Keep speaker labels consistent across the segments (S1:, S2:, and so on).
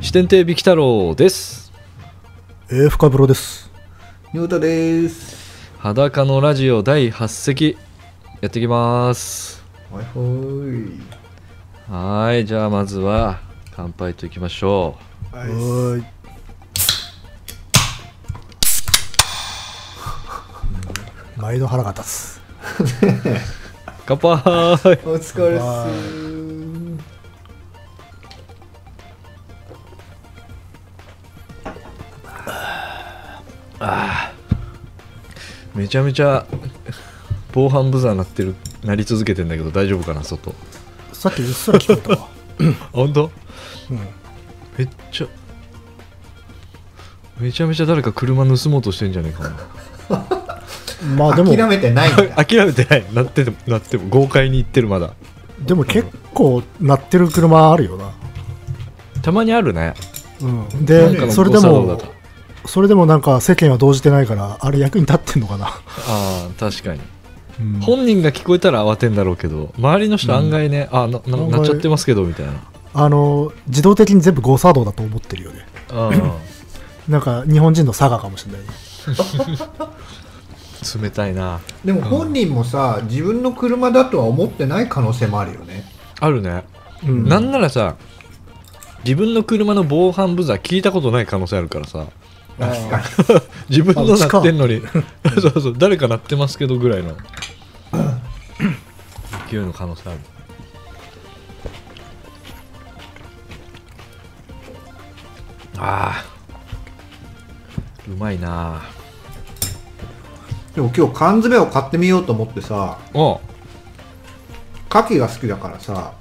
S1: 支店亭美紀太郎です
S2: えー、深風呂です。
S3: ニョータです。
S1: 裸のラジオ第8席やっていきます
S3: はいはい。
S1: はーいじゃあまずは乾杯といきましょ
S2: は
S3: は
S2: ーい。毎度腹が立つ。
S1: う乾杯
S3: いお疲れっ
S2: は
S3: す。
S1: めちゃめちゃ防犯ブザーなってるなり続けてんだけど大丈夫かな外
S2: さっきうっすら聞こ えたわ。
S1: あ本当
S2: うん。
S1: めっちゃめちゃめちゃ誰か車盗もうとしてんじゃねえかな
S2: まあで
S3: 諦
S2: も、
S3: めてないんだ。
S1: 諦めてないなっててもなっても豪快に行ってるまだ
S2: でも結構鳴ってる車あるよな。
S1: たまにあるね
S2: うん。
S1: なんか
S2: で、
S1: の
S2: それで
S1: 誤作動だ
S2: も
S1: と、
S2: それでもなんか世間は動じてないから、あれ役に立ってんのかな。
S1: ああ確かに
S2: うん。
S1: 本人が聞こえたら慌てんだろうけど周りの人案外ね、あなな
S2: 案外
S1: なっちゃってますけどみたいな
S2: あの、自動的に全部誤作動だと思ってるよね。
S1: あ
S2: なんか日本人の差がかもしれない。
S1: あ冷たいな
S3: でも本人もさ、自分の車だとは思ってない可能性もあるよね。
S1: あるね、
S2: うん
S1: なんならさ自分の車の防犯ブザー聞いたことない可能性あるからさ
S3: 確かに。
S1: 自分の
S2: あうちか
S1: 鳴ってんのに そうそう誰か鳴ってますけどぐらいの勢いの可能性あるあーうまいな
S3: でも今日缶詰を買ってみようと思ってさ、
S1: おう
S3: 牡蠣が好きだからさ、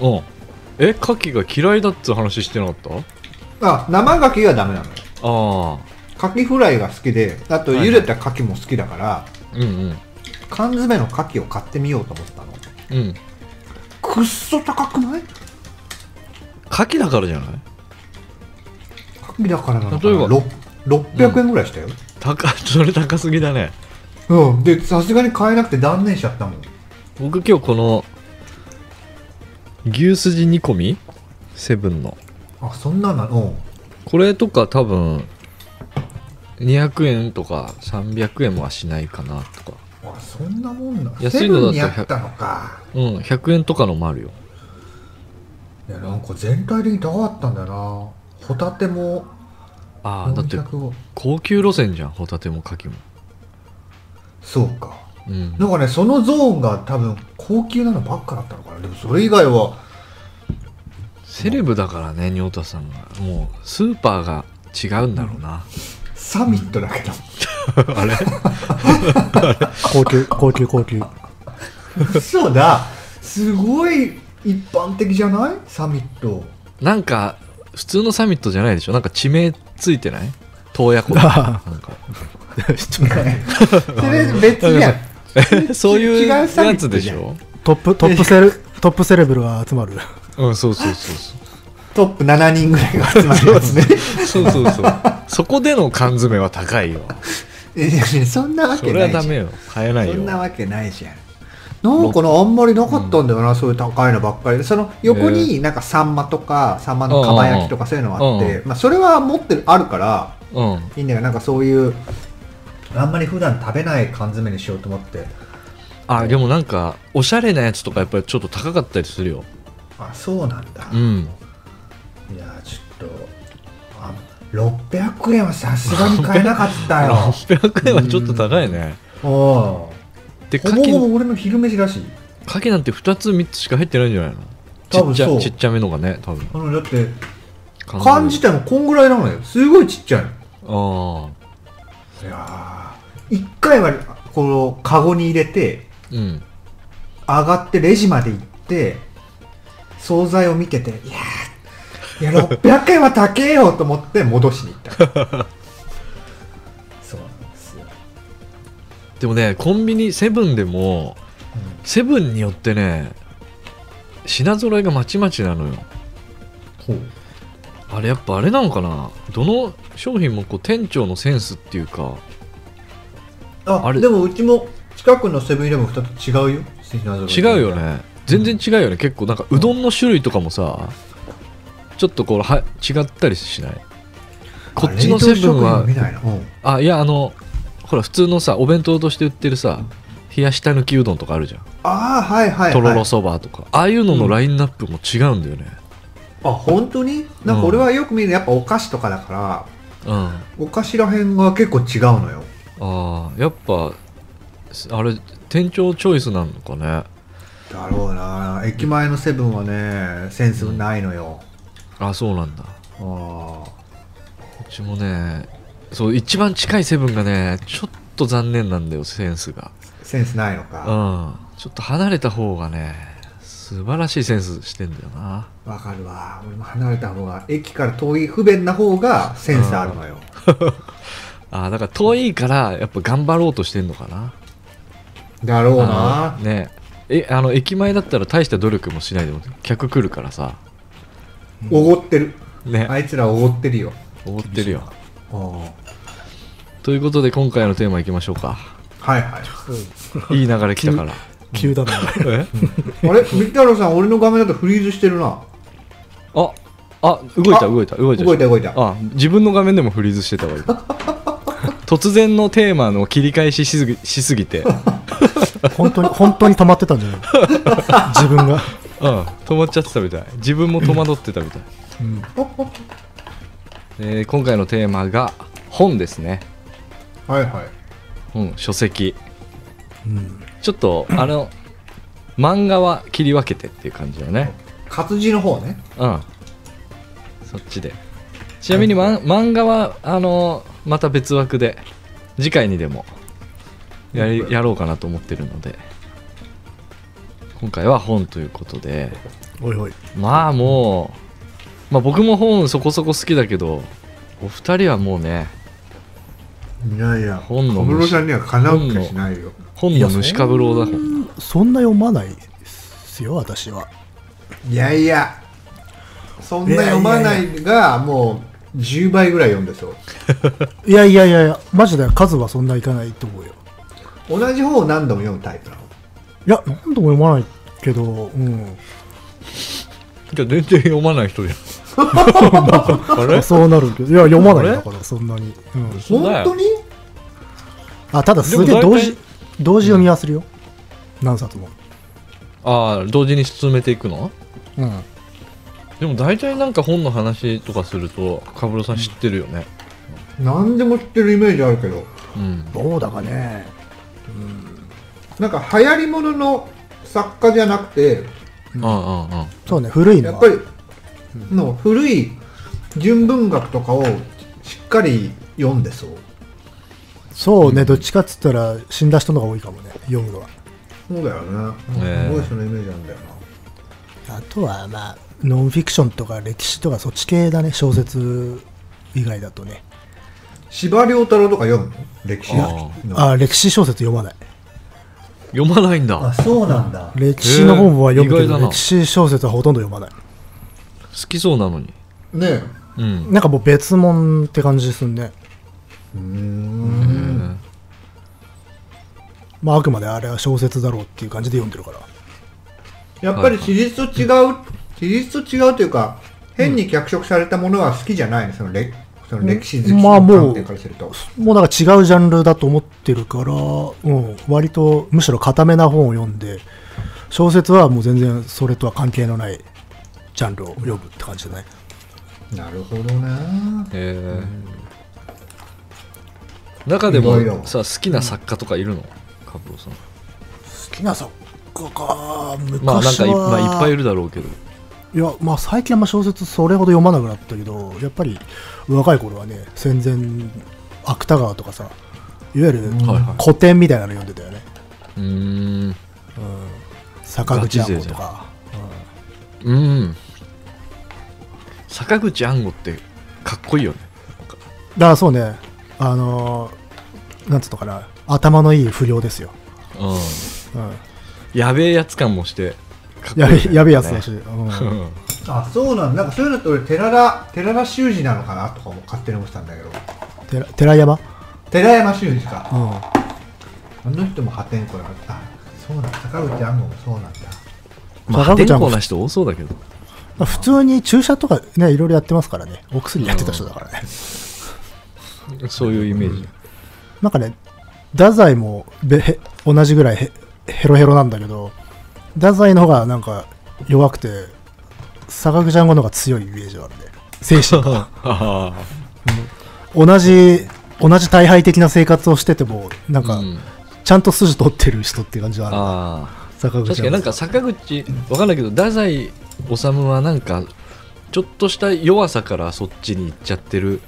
S1: おうえ牡蠣が嫌いだっつう話してなかったあ
S3: あ、生牡蠣はダメなのよ。
S1: あ
S3: 牡蠣フライが好きで、あと茹でた牡蠣も好きだから、
S1: うんうん
S3: 缶詰の牡蠣を買ってみようと思ったの。
S1: うん
S3: くっそ高くない
S1: 牡蠣だからじゃない
S3: 牡蠣だからなのか
S1: 例えば
S3: な。ろ600円ぐらいしたよ。
S1: 高 それ高すぎだね
S3: うん、でさすがに買えなくて断念しちゃったもん
S1: 僕今日この牛すじ煮込みセブンの
S3: あそんなのうん
S1: これとか多分200円とか300円はしないかなとか
S3: あそんなもんな
S1: 安
S3: セ
S1: いの
S3: ブ
S1: だ
S3: ン
S1: った
S3: にあ
S1: ら
S3: ったのか
S1: うん100円とかのもあるよ
S3: いやなんか全体的に高かったんだよなホタテも
S1: ああだって
S3: 400を
S1: 高級路線じゃんホタテも牡蠣も
S3: そうか
S1: うん
S3: なんかねそのゾーンが多分高級なのばっかだったのかなでもそれ以外は
S1: セレブだからね仁田さんがもうスーパーが違うんだろうな、
S3: サミットだけど、
S1: あれ
S2: 高級、高級、高級。
S3: 嘘だすごい一般的じゃないサミット
S1: なんか普通のサミットじゃないでしょなんか地名ついてない洞爺湖とか なんか
S3: そ れ 別やん
S1: えそういう
S3: 違
S1: や
S3: うサミット
S1: つでしょ
S2: トップ、トップ セレ、トップセレブルが集まる。
S1: うんそうそうそうそう
S3: トップ7人ぐらいが集まるやつね
S1: そうそう そう。そこでの缶詰は高いよ。
S3: いやいやそんなわ
S1: そ
S3: け
S1: れは
S3: な
S1: い
S3: じゃ
S1: ダ
S3: ん
S1: メよ。買えないよ。
S3: そんなわけないじゃんなんかなあんまりなかったんだよな、そういう高いのばっかりでその横になんかサンマとかサンマの蒲焼きとかそういうのがあって、
S1: うんうん
S3: まあ、それは持ってるあるから
S1: うん。
S3: いいんだけどなんかそういうあんまり普段食べない缶詰にしようと思って
S1: あ、でもなんか、おしゃれなやつとかやっぱりちょっと高かったりするよ。
S3: あそうなんだ、
S1: う
S3: い
S1: ん。
S3: やーちょっとあ600円はさすがに買えなかったよ
S1: 600円はちょっと高いね。
S3: うんほ
S1: で、
S3: ぼ
S1: 牡
S3: ほ
S1: 蠣、
S3: ぼ俺の昼飯らしい
S1: 牡蠣なんて2つ3つしか入ってないんじゃないのち
S3: 多
S1: っ
S3: 分
S1: ち
S3: そ
S1: ゃ、
S3: う
S1: ちっちゃめのがね、多分。
S3: あのだって
S1: 缶詰
S3: 缶自体もこんぐらいなのよすごいちっちゃいの
S1: ああ。
S3: いやー一回はこのカゴに入れて
S1: うん。
S3: 上がってレジまで行って惣菜を見てていやーいや600円は高えよと思って戻しに行っ たそうなんですよ、
S1: でもね、コンビニ、セブンでも、セブンによってね、品揃えがまちまちなのよ。
S3: うん、ほ
S1: あれやっぱあれなのかなどの商品もこう店長のセンスっていうか
S3: うあ
S1: あれ
S3: でもうちも近くのセブンイレブン2つ違うよ品揃
S1: 違
S3: え
S1: うよね全然違うよね結構なんかうどんの種類とかもさちょっとこうは違ったりしないこっち
S3: あ
S1: のセ
S3: 冷凍
S1: ブンは
S3: 食品みたいな、うん
S1: あいやあのほら普通のさお弁当として売ってるさ冷やしたぬきうどんとかあるじゃん、
S3: ああはいはい、はい、
S1: とろろそばとかああいうののラインナップも違うんだよね
S3: あ本当になんか俺はよく見るやっぱお菓子とかだから、
S1: うん、あ
S3: お菓子らへんが結構違うのよ
S1: あーやっぱあれ店長チョイスなのかね
S3: だろうな駅前のセブンはねセンスないのよ、
S1: あそうなんだ
S3: あ
S1: うちもねそう一番近いセブンがねちょっと残念なんだよセンスが
S3: ーセンスないのか
S1: うんちょっと離れた方がね素晴らしいセンスしてんだよな
S3: わかるわ俺も離れた方が駅から遠い不便な方がセンスあるのよ、
S1: あーだから遠いからやっぱ頑張ろうとしてんのかな
S3: だろう
S1: あの
S3: な
S1: ねえあの駅前だったら大した努力もしないでも客来るからさ
S3: おごってる
S1: ね
S3: あいつらおごってるよ
S1: 思ってるよ
S3: うん
S1: ということで今回のテーマいきましょうか
S3: はいはい
S1: いい流れ来たから
S2: 急だな。
S1: え
S3: あれ三太郎さん俺の画面だとフリーズしてるな
S1: ああ動いた
S3: あ
S1: 動いた動いた
S3: 動いた動いた
S1: あ自分の画面でもフリーズしてたわ 今突然のテーマの切り返ししすぎしすぎ て、うん、
S2: 本当に、 本当に溜まってたんじゃない自分が。
S1: 止まっちゃってたみたい自分も戸惑ってたみた い、
S2: うん
S1: えー今回のテーマが本ですね、
S3: はいはい
S1: うん、書籍
S2: うん
S1: ちょっとあ の漫画は切り分けてっていう感じだね
S3: 活字の方ね
S1: うんそっちでちなみに、ま、漫画はあのまた別枠で次回にでもやりやろうかなと思ってるので今回は本ということで
S2: おいおい。
S1: まあもう、まあ、僕も本そこそこ好きだけどお二人はもうね
S3: いやいや
S1: 本の
S3: 小室さんにはかなう気がしないよ
S1: 本の虫かぶろうだ本
S2: そんな読まないですよ、私は。
S3: いやいやそんな読まないがもう10倍ぐらい読んでそう
S2: いやいやいやいや、マジで数はそんないかないと思うよ。
S3: 同じ本を何度も読むタイプなの
S2: いや、何度も読まないけど、うん。
S1: 全然読まない 人じゃんあれ
S2: そうなるけど、いや、読まない
S1: あれ
S2: だから、そんなに。うん。
S1: そうだよ
S3: 本当に
S2: あ、ただ、す
S1: で
S2: げ
S1: も
S2: え
S1: 大
S2: 同
S1: 体
S2: 時、同時読み合わせるよ。何冊も。
S1: ああ同時に進めていくの
S2: うん。
S1: でも大体なんか本の話とかするとカブロさん知ってるよね
S3: 何でも知ってるイメージあるけど
S1: うん
S2: どうだかね。
S3: なんか流行りものの作家じゃなくて
S1: うんうんうん
S2: そうね、古いの
S3: や
S2: は。
S3: っぱりの古い純文学とかをしっかり読んでそう
S2: そうね、どっちかっつったら死んだ人の方が多いかもね、読むのは。
S3: そうだよね
S1: ねえ
S3: すごいそのイメージなんだよな
S2: あとは、まあ、ノンフィクションとか歴史とかそっち系だね、小説以外だとね。
S3: 司馬遼太郎とか読むの歴史の
S2: あ歴史小説読まない。
S1: 読まないんだ
S3: そうなんだ
S2: 歴史の本は読むけ
S1: へえ意外
S2: ど、
S1: だな
S2: 歴史小説はほとんど読まない。
S1: 好きそうなのに
S3: ねえ
S1: うん
S2: なんかもう別物って感じすんね。
S3: うーん
S2: まあ、あくまであれは小説だろうっていう感じで読んでるから。
S3: やっぱり史実と違う、史実と違うというか、変に脚色されたものは好きじゃないの、その歴その歴史好き
S2: まあ
S3: の
S2: もう
S3: 観点からすると。
S2: もうなんか違うジャンルだと思ってるから、うん、割とむしろ固めな本を読んで、小説はもう全然それとは関係のないジャンルを読むって感じだね。
S3: なるほど
S1: へ
S3: な。
S1: え中でも
S3: いろいろ
S1: さ好きな作家とかいるのカブロさん
S2: 好きな作家か昔は、
S1: まあなんかい,、まあ、いっぱいいるだろうけど
S2: いやまあ最近あんま小説それほど読まなくなったけどやっぱり若い頃はね戦前芥川とかさいわゆる
S1: はいはい
S2: 古典みたいなの読んでたよね、
S1: うーん
S2: 坂口安
S1: ガチ
S2: 吾
S1: 勢
S2: と
S1: じゃ
S2: か
S1: うん坂口安吾ってかっこいいよね
S2: だからそうねあのーなんつうのかな頭のいい不良ですよ、
S1: うん
S2: うん、
S1: やべえやつ感もしてかっこいい
S2: や
S1: よね、
S2: べやべえやつだし、うん
S1: うん
S3: あ、そうなんだ。なんかそういうのって俺、寺田、寺田修司なのかなとかも勝手に思ってたんだけど。
S2: てら寺山、
S3: 寺山修司か。
S2: うん、
S3: あの人も破天荒だった。あそうなんだ。坂口安吾もそうなんだ。
S1: まあ
S2: 坂
S1: 破
S2: 口
S1: 天
S2: 安吾
S1: 荒な人多そうだけど
S2: まあ普通に注射とかねいろいろやってますからねお薬やってた人だからね、
S1: そういうイメージ、
S2: なんかね太宰もべへ同じぐらいへヘロヘロなんだけど太宰の方がなんか弱くて坂口ちゃんの方が強いイメージはあるね精 神が
S1: あ
S2: 同じ同じ大敗的な生活をしててもなん
S1: あ、
S2: か、
S1: うん、
S2: ちゃんと筋取ってる人っていう感じはある
S1: ああ
S2: 坂口
S1: 確かになんか坂口わかんないけど太宰治はなんかちょっとした弱さからそっちに行っちゃってる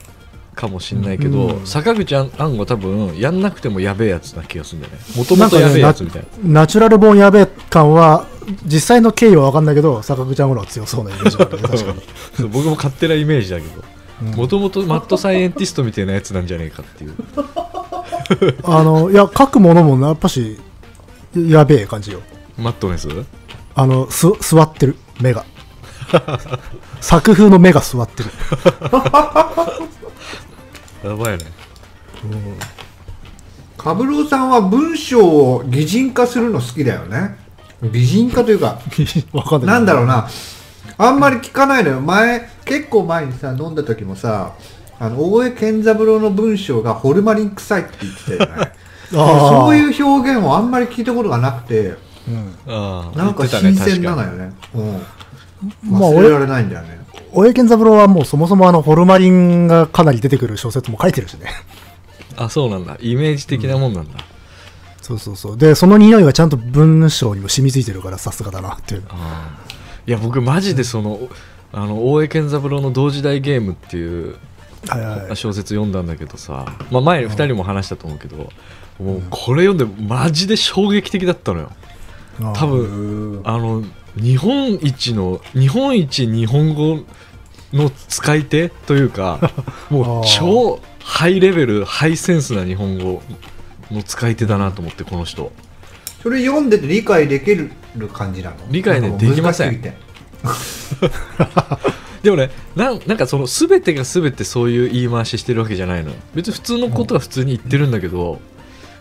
S1: かもしんないけど、
S2: うん
S1: 坂口あんあんご多分やんなくてもやべえやつな気がするんだよねもとも
S2: なん
S1: と
S2: かね
S1: やべえやつみたいな
S2: ナチュラルボーンやべえ感は実際の経緯は分かんないけど坂口ちゃんの方が強そうなイメージがあ るね確かに
S1: そう僕も勝手なイメージだけど
S2: うん
S1: もともとマッドサイエンティストみたいなやつなんじゃねえかって いう
S2: あのいや書くものもやっぱしやべえ感じよ
S1: マットネス
S2: あのす座ってる目が作風の目が座ってる
S1: やばいね
S3: カブローさんは文章を擬人化するの好きだよね擬人化というか
S2: 分かんない
S3: なんだろうなあんまり聞かないのよ前結構前にさ飲んだ時もさあの大江健三郎の文章がホルマリン臭いって言ってたよ ね
S2: あー
S3: そういう表現をあんまり聞いたことがなくて
S2: うん
S1: ああ
S3: なんか
S1: 言ってたね
S3: 新鮮なの
S1: 確か
S3: よねうん、
S2: まあ
S3: 忘れられないんだよね、
S2: 大江健三郎はもうそもそもあのホルマリンがかなり出てくる小説も書いてるしね
S1: あそうなんだイメージ的なもんなんだ、
S2: そうそうそうでその匂いがちゃんと文章にも染みついてるからさすがだなっていう
S1: あーいや僕マジでそのあの大江健三郎の同時代ゲームっていう
S2: はいはい
S1: 小説読んだんだけどさ、まあ、前に2人も話したと思うけど、もうこれ読んでマジで衝撃的だったのよ多分あの日本一の日本一日本語の使い手というかもう超ハイレベルハイセンスな日本語の使い手だなと思ってこの人
S3: それ読んでて理解できる感じなの
S1: 理解ね
S3: なんかもう
S1: できません
S3: 難しすぎて
S1: でもねなんなんかその全てが全てそういう言い回ししてるわけじゃないのよ別に普通のことは普通に言ってるんだけど、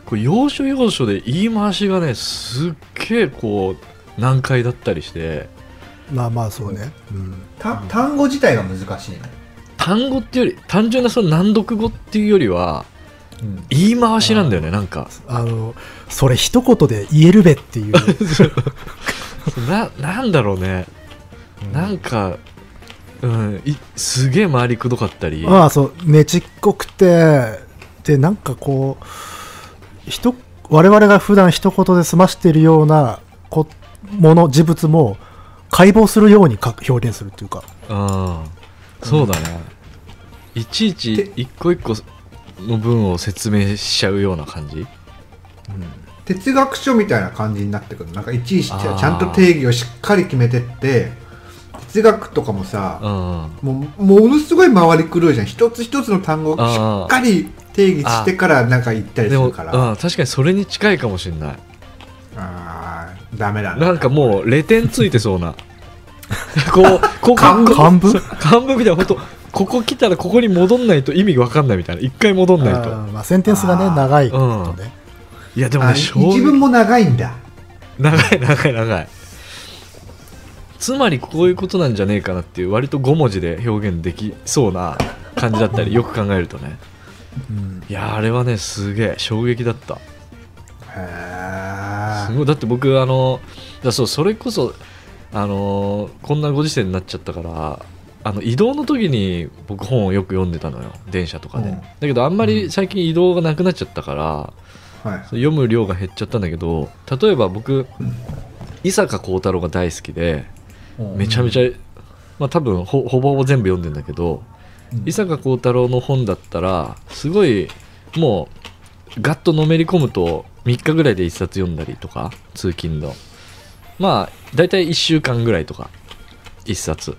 S1: こう要所要所で言い回しがねすっげえこう難解だったりして
S2: まあまあそうね、うん、
S3: た単語自体が難しいね、
S1: 単語っていうより単純なその難読語っていうよりは言い回しなんだよねなんか
S2: あのそれ一言で言えるべっていう
S1: ななんだろうね、なんか、うん、いすげえ回りくどかったり
S2: まあそうねちっこくてでなんかこうひと我々が普段一言で済ましているようなこもの事物も解剖するように書く表現するっていうか
S1: うんそうだね、いちいち一個一個の文を説明しちゃうような感じ
S3: 哲学書みたいな感じになってくるなんかいちいちち
S1: あー
S3: ゃんと定義をしっかり決めてって哲学とかも
S1: う
S3: さ
S1: ん
S3: もうものすごい回りくどいじゃん一つ一つの単語をしっかり定義してからなんか言ったりす
S1: でも、う
S3: る
S1: ん、
S3: からあ
S1: 確かにそれに近いかもしれない
S3: あーダメだ
S1: なんかもう0点ついてそうな こうここ
S3: 漢文
S1: こ
S2: 漢文
S1: そう漢文みたいな本当ここ来たらここに戻んないと意味わかんないみたいな一回戻んない
S2: あー
S1: と
S2: まあ、センテンスがね
S3: あー
S2: 長いとね、
S1: いやでも
S3: あ
S1: ね衝
S3: 一
S1: 撃
S3: 文も長いんだ
S1: 長い長い長いつまりこういうことなんじゃねえかなっていう割と5文字で表現できそうな感じだったりよく考えるとね
S2: うん
S1: いやーあれはねすげえ衝撃だった
S3: へ
S1: す
S3: え
S1: ごいだって僕あのだそうそれこそあのーこんなご時世になっちゃったからあの移動の時に僕本をよく読んでたのよ電車とかで、
S3: うん
S1: だけどあんまり最近移動がなくなっちゃったから、
S3: はい
S1: 読む量が減っちゃったんだけど例えば僕伊坂幸太郎が大好きでめちゃめちゃ、まあ、多分ほほぼほぼ全部読んでんだけど、伊坂幸太郎の本だったらすごいもうガッとのめり込むと3日ぐらいで1冊読んだりとか通勤のまあ大体1週間ぐらいとか1冊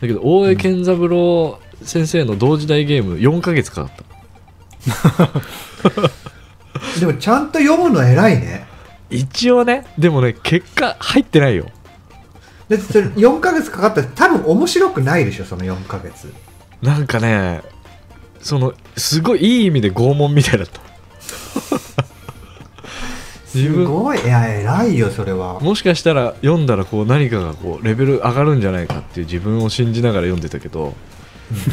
S1: だけど大江健三郎先生の同時代ゲーム4ヶ月かかった、
S3: でもちゃんと読むの偉いね
S1: 一応ねでもね結果入ってないよ
S3: だってそれ4ヶ月かかったら多分面白くないでしょその4ヶ月
S1: なんかねそのすごいいい意味で拷問みたいだった自
S3: す
S1: 分
S3: ごいいや偉いよそれは
S1: もしかしたら読んだらこう何かがこうレベル上がるんじゃないかっていう自分を信じながら読んでたけど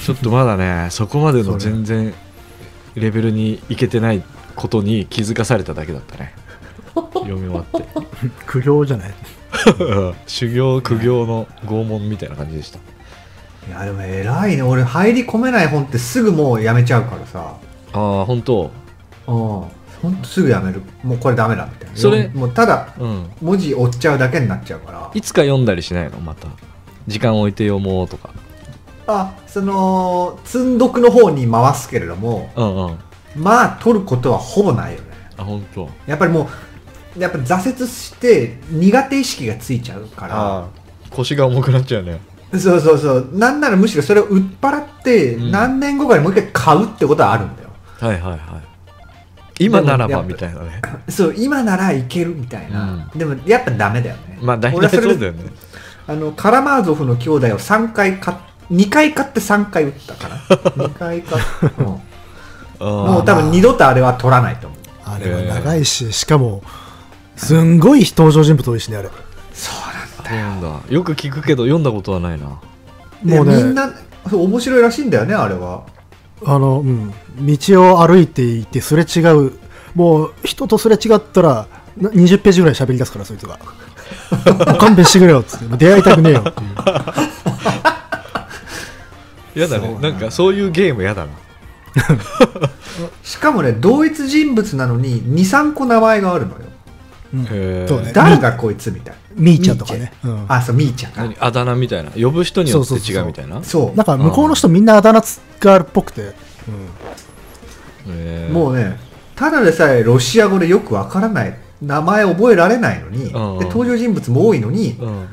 S1: ちょっとまだねそこまでの
S3: それ
S1: 全然レベルにいけてないことに気づかされただけだったね読み終わって
S2: 苦行じゃない
S1: 修行苦行の拷問みたいな感じでした
S3: いやでも偉いね俺入り込めない本ってすぐもうやめちゃうからさ
S1: ああ本当
S3: うんほんとすぐやめるもうこれダメだみたいな
S1: それ
S3: もうただ
S1: うん
S3: 文字追っちゃうだけになっちゃうから
S1: いつか読んだりしないのまた時間置いて読もうとか
S3: あその積んどくの方に回すけれども
S1: うんうん
S3: まあ取ることはほぼないよね
S1: あ本当
S3: やっぱりもうやっぱ挫折して苦手意識がついちゃうから
S1: 腰が重くなっちゃうね
S3: そうそうそうなんならむしろそれを売っ払って、
S1: うん
S3: 何年後かにもう一回買うってことはあるんだよ
S1: はいはいはい今なら
S3: でも
S1: ば
S3: やっぱ
S1: みたいなね
S3: そう今ならいけるみたいな、でもやっぱダメだよね
S1: まあ大
S3: 俺
S1: 体
S3: は
S1: そ
S3: れで
S1: うだよね
S3: あのカラマーゾフの兄弟を3回買っ2回買って3回打っ たから2回買って、うんも
S1: も
S3: う多分二度とあれは取らないと思う
S2: あれは長いし、しかも、すんごい非登場人物多いしね、あれ。
S3: そう
S1: 読んだよく聞くけど読んだことはないな
S3: な
S2: も
S3: ん
S2: う
S3: だ、
S2: ね
S3: みんなそう面白いらしいんだよねあれは
S2: あの、うん、道を歩いていてすれ違う、もう人とすれ違ったら、な20ページぐらい喋り出すから、そい つが。もう勘弁してくれよっつって、もう出会いたくねえよっていう。
S1: やだ
S3: そう
S1: ね
S3: だな
S1: なんかそういうゲームやだな
S3: しかもね同一人物なのに23個名前があるのよ
S2: うん
S1: へー
S2: そうね。
S3: 誰がこいつみたい
S2: みーちゃんとかね。うん
S3: なあそうみーちゃんか
S1: 何あだ名みたいな呼ぶ人によって
S2: そうそうそ
S1: 違
S2: うそう
S1: うみたいな
S3: そう
S2: なんか向こうの人みんなあだ名つがあるっぽくて、
S1: へー
S3: もうねただでさえロシア語でよくわからない名前覚えられないのに、
S1: うんうん
S3: で登場人物も多いのに、
S1: うん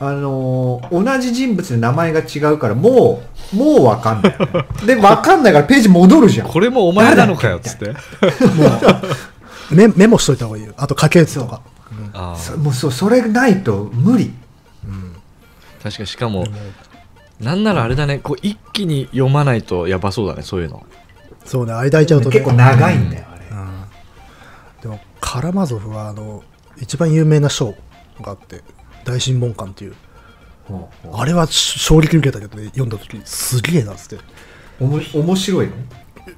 S3: あのー同じ人物で名前が違うからもうもうわかんないよね、でわかんないからページ戻るじゃん
S1: これもお前なのかよっつって
S2: もうメメモしといた方がいいよ。あと家系図とか。
S1: あー
S3: そもうそうそれがないと無理
S1: 確かしかもなんならあれだねこう一気に読まないとやばそうだねそういうの
S2: そうね、間空いちゃうとね
S3: 結構長いんだよあれ、
S2: うんでもカラマゾフはあの一番有名な章があって大神門館っていう
S3: ほうほ
S2: あれはし衝撃受けたけどね読んだ時すげえなっつって
S3: うおも面白い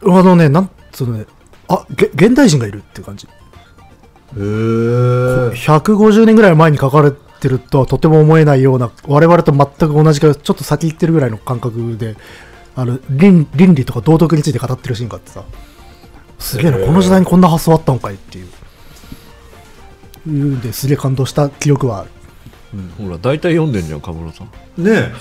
S3: の
S2: あのねなんつうのねあげ現代人がいるっていう感じ
S3: へえ
S2: 150年ぐらい前に書かれてるとはとても思えないような我々と全く同じかちょっと先行ってるぐらいの感覚であの倫倫理とか道徳について語ってるシーンがあってさすげえな、
S1: へえ
S2: この時代にこんな発想あったのかいっていううんですげえ感動した記憶 はある
S1: ほら大体読んでんじゃんカブロさん
S3: ね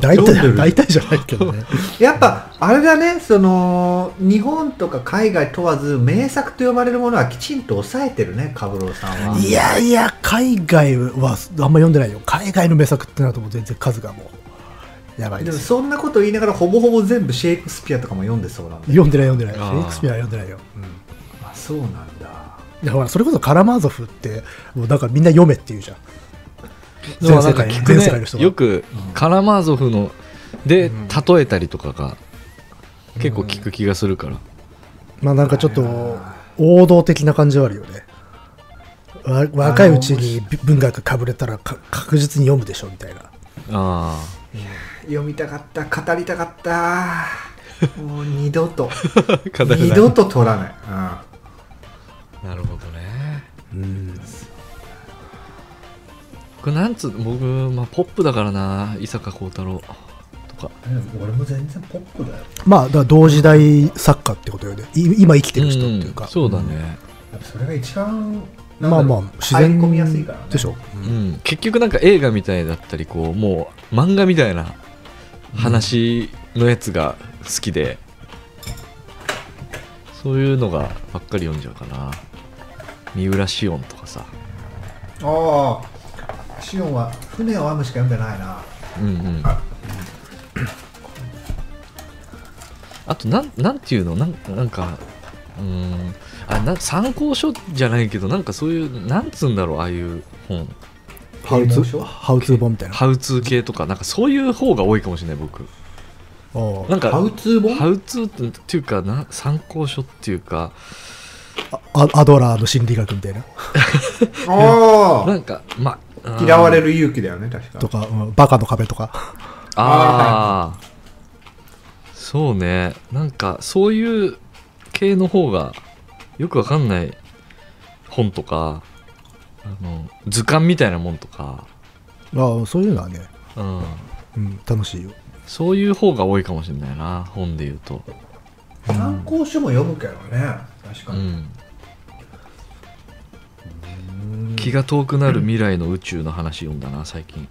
S2: 大
S3: 読んで
S2: 体
S3: る
S2: 大体じゃないけどね
S3: えやっぱあれだねその日本とか海外問わず名作と呼ばれるものはきちんと抑えてるねカブローさんはい
S2: やいや海外はあんま読んでないよ海外の名作ってなるともう全然数がもうやばい
S3: で
S2: で
S3: も
S2: す
S3: そんなこと言いながらほぼほぼ全部シェイクスピアとかも読んでそうなんだ
S2: 読んでない読んでないシ
S1: あー
S2: ェイクスピアは読んでないよ、うん
S3: あそうなんだ
S2: いやほらそれこそカラマーゾフってもうなんかみんな読めって言うじゃん
S1: でもなんか
S2: 全世
S1: 聞
S2: 界
S1: く
S2: 全世界の人
S1: ね
S2: が
S1: よくカラマーゾフので
S2: うん
S1: 例えたりとかが結構聞く気がするから、
S2: まあなんかちょっと王道的な感じはあるよねわ若いうちに文学かぶれたらか確実に読むでしょみたいな
S1: ああ
S3: 読みたかった語りたかったもう二度と
S1: 語れない
S3: 二度と取らない、
S1: なるほどね
S2: うん
S1: これなんつう僕、まあ、ポップだからな伊坂幸太郎とか
S3: うん、俺も全然ポップだよ
S2: まあだから同時代作家ってことよねい今生きてる人っていうか、
S1: んそうだね、
S3: やっぱそれが一番な
S2: ま
S3: んだ
S2: あ
S3: ろう
S2: まあ自然
S3: 入り込みやすいからね
S2: でしょ、
S1: うん結局なんか映画みたいだったりこうもう漫画みたいな話のやつが好きで、そういうのがばっかり読んじゃうかな三浦紫音とかさ
S3: ああシオンは船を編むしか読んでないな
S1: うんうんあとなんなんていうのなんなんかうーんあな参考書じゃないけどなんかそういうなんつうんだろうああいう本
S2: ハウ
S3: 啓
S2: ツ
S3: 蒙書
S2: ーハウツー本みたいな
S1: ハウツー系とかなんかそういう方が多いかもしれない僕
S2: おう
S1: なんか
S3: ハウツー本
S1: ハウツーってっていうかな参考書っていうか
S2: あアドラーの心理学みたいな
S3: あ
S1: なんかまあ
S3: あ嫌われ
S1: る
S3: る勇気だよね確か
S2: とか、うんバカの壁と か
S1: あーそうねなんかそういう系の方がよくわかんない本とかあの図鑑みたいなもんとか、
S2: ああそういうのはね、
S1: うん、
S2: うん、楽しいよ
S1: そういう方が多いかもしれないな本で言うと、
S3: 参考書も読むけどね確か
S1: う
S3: に、
S1: ん、気が遠くなる未来の宇宙の話読んだな最近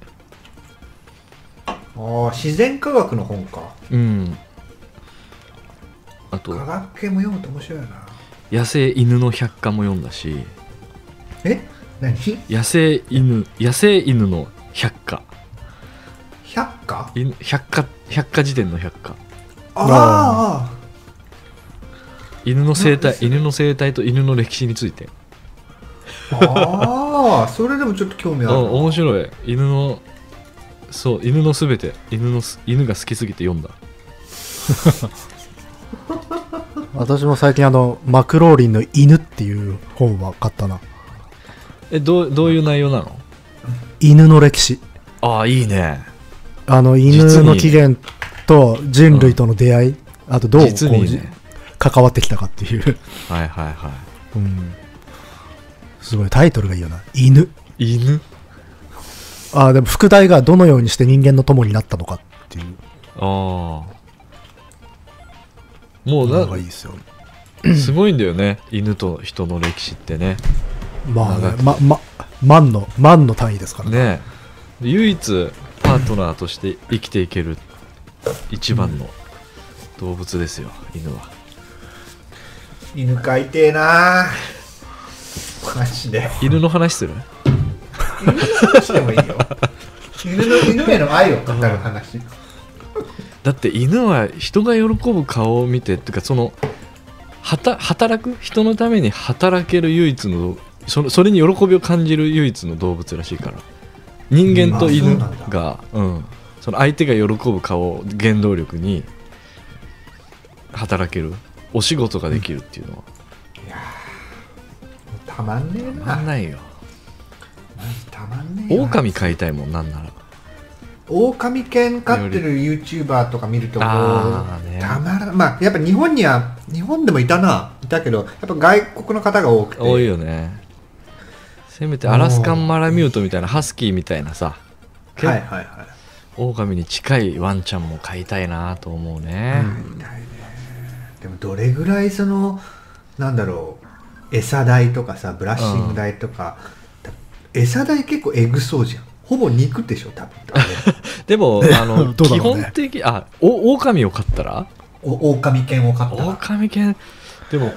S3: ああ自然科学の本か
S1: うんあと
S3: 科学系も読むと面白いよな
S1: 野生犬の百科も読んだし
S3: え何
S1: 野生犬野生犬の百科
S3: 百科
S1: い百科百科辞典の百科
S3: ああ
S1: 犬の生態
S3: 何それ
S1: 犬の生態と犬の歴史について
S3: ああそれでもちょっと興味あ
S1: あ
S3: るな
S1: 面白い犬のそう犬のすべて犬のす犬が好きすぎて読んだ
S2: 私も最近あのマクローリンの「犬」っていう本は買ったな
S1: えどうどういう内容なの
S2: 犬の歴史
S1: ああいいね
S2: あの犬
S1: 実
S2: の
S1: に
S2: 起源と人類との出会い、あとどうこう
S1: 実にね
S2: 関わってきたかっていう、
S1: はいはいはい
S2: うん、すごいタイトルがいいよな「犬
S1: 犬」
S2: あーでも副題がどのようにして人間の友になったのかっていう
S1: ああもう
S2: の
S1: な
S2: がいいですよ
S1: すごいんだよね犬と人の歴史ってね
S2: まあ
S1: 長
S2: ね
S1: く
S2: まま万の万の単位ですからね
S1: ねえ唯一パートナーとして生きていける一番の動物ですよ、犬は
S3: 犬飼いてえなマジで
S1: 犬の話する
S3: してもいいよ犬の犬への愛を語る話
S1: だって犬は人が喜ぶ顔を見てっていうかそのはた働く人のために働ける唯一のそのそれに喜びを感じる唯一の動物らしいから人間と犬
S3: まあそうなん
S1: が、うん、その相手が喜ぶ顔を原動力に働けるお仕事ができるっていうのは
S3: たまんねえな
S1: たまんないよ
S3: マジたまんねえな
S1: 狼飼いたいもんなんなら
S3: 狼犬飼ってる YouTuber とか見るともう
S1: あーね
S3: たまらまあやっぱ日本には日本でもいたないたけどやっぱ外国の方が多くて
S1: 多いよねせめてアラスカンマラミュートみたいなハスキーみたいなさ結
S3: はいはいはい
S1: 狼に近いワンちゃんも飼いたいなと思うね、
S3: でもどれぐらいそのなんだろう餌代とかさブラッシング代とか、餌代結構エグそうじゃんほぼ肉でしょ多分
S1: でも あの、
S2: どうだ
S1: 基
S2: ろうね
S1: 本的あお狼を飼ったら
S3: お狼犬を飼ったら
S1: 狼犬でも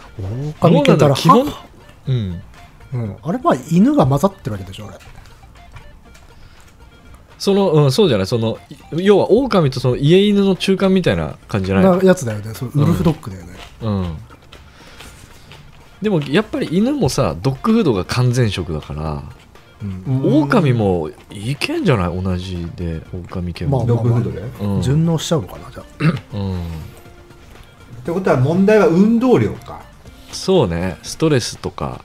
S2: 狼
S1: どうなんだ
S2: 犬か
S1: ろ
S2: ら
S1: う基本
S2: は、
S1: うん、
S2: うん、あれは犬が混ざってるわけでしょあれ
S1: その、うん、そうじゃないそのい要は狼とその家犬の中間みたいな感じじゃない
S2: なやつだよねそうウルフドッグだよね、
S1: うんでもやっぱり犬もさドッグフードが完全食だから
S2: うん
S1: 狼もいけんじゃない同じで狼犬も、
S2: ま
S3: ドッグフードで、
S1: うん
S2: 順応しちゃうのかなじゃあ
S1: うん
S3: ってことは問題は運動量か
S1: そうねストレスとか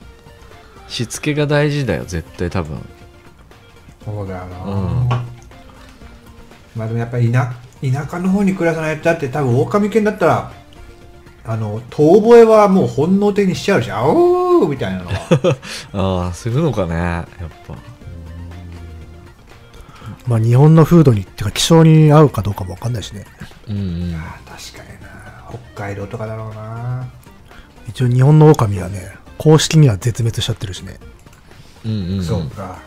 S1: しつけが大事だよ絶対多分
S3: そうだよな、
S1: うん
S3: まあでもやっぱり田田舎の方に暮らさないとだって多分狼犬だったらあの遠吠えはもう本能的にしちゃうじゃんあおーみたいなの は
S1: ああするのかねやっぱ
S2: まあ、日本の風土にっていうか気象に合うかどうかも分かんないしね
S1: うんうん
S3: あー確かにな北海道とかだろうな
S2: 一応日本の狼はね公式には絶滅しちゃってるしね
S1: うんうん、
S3: そうか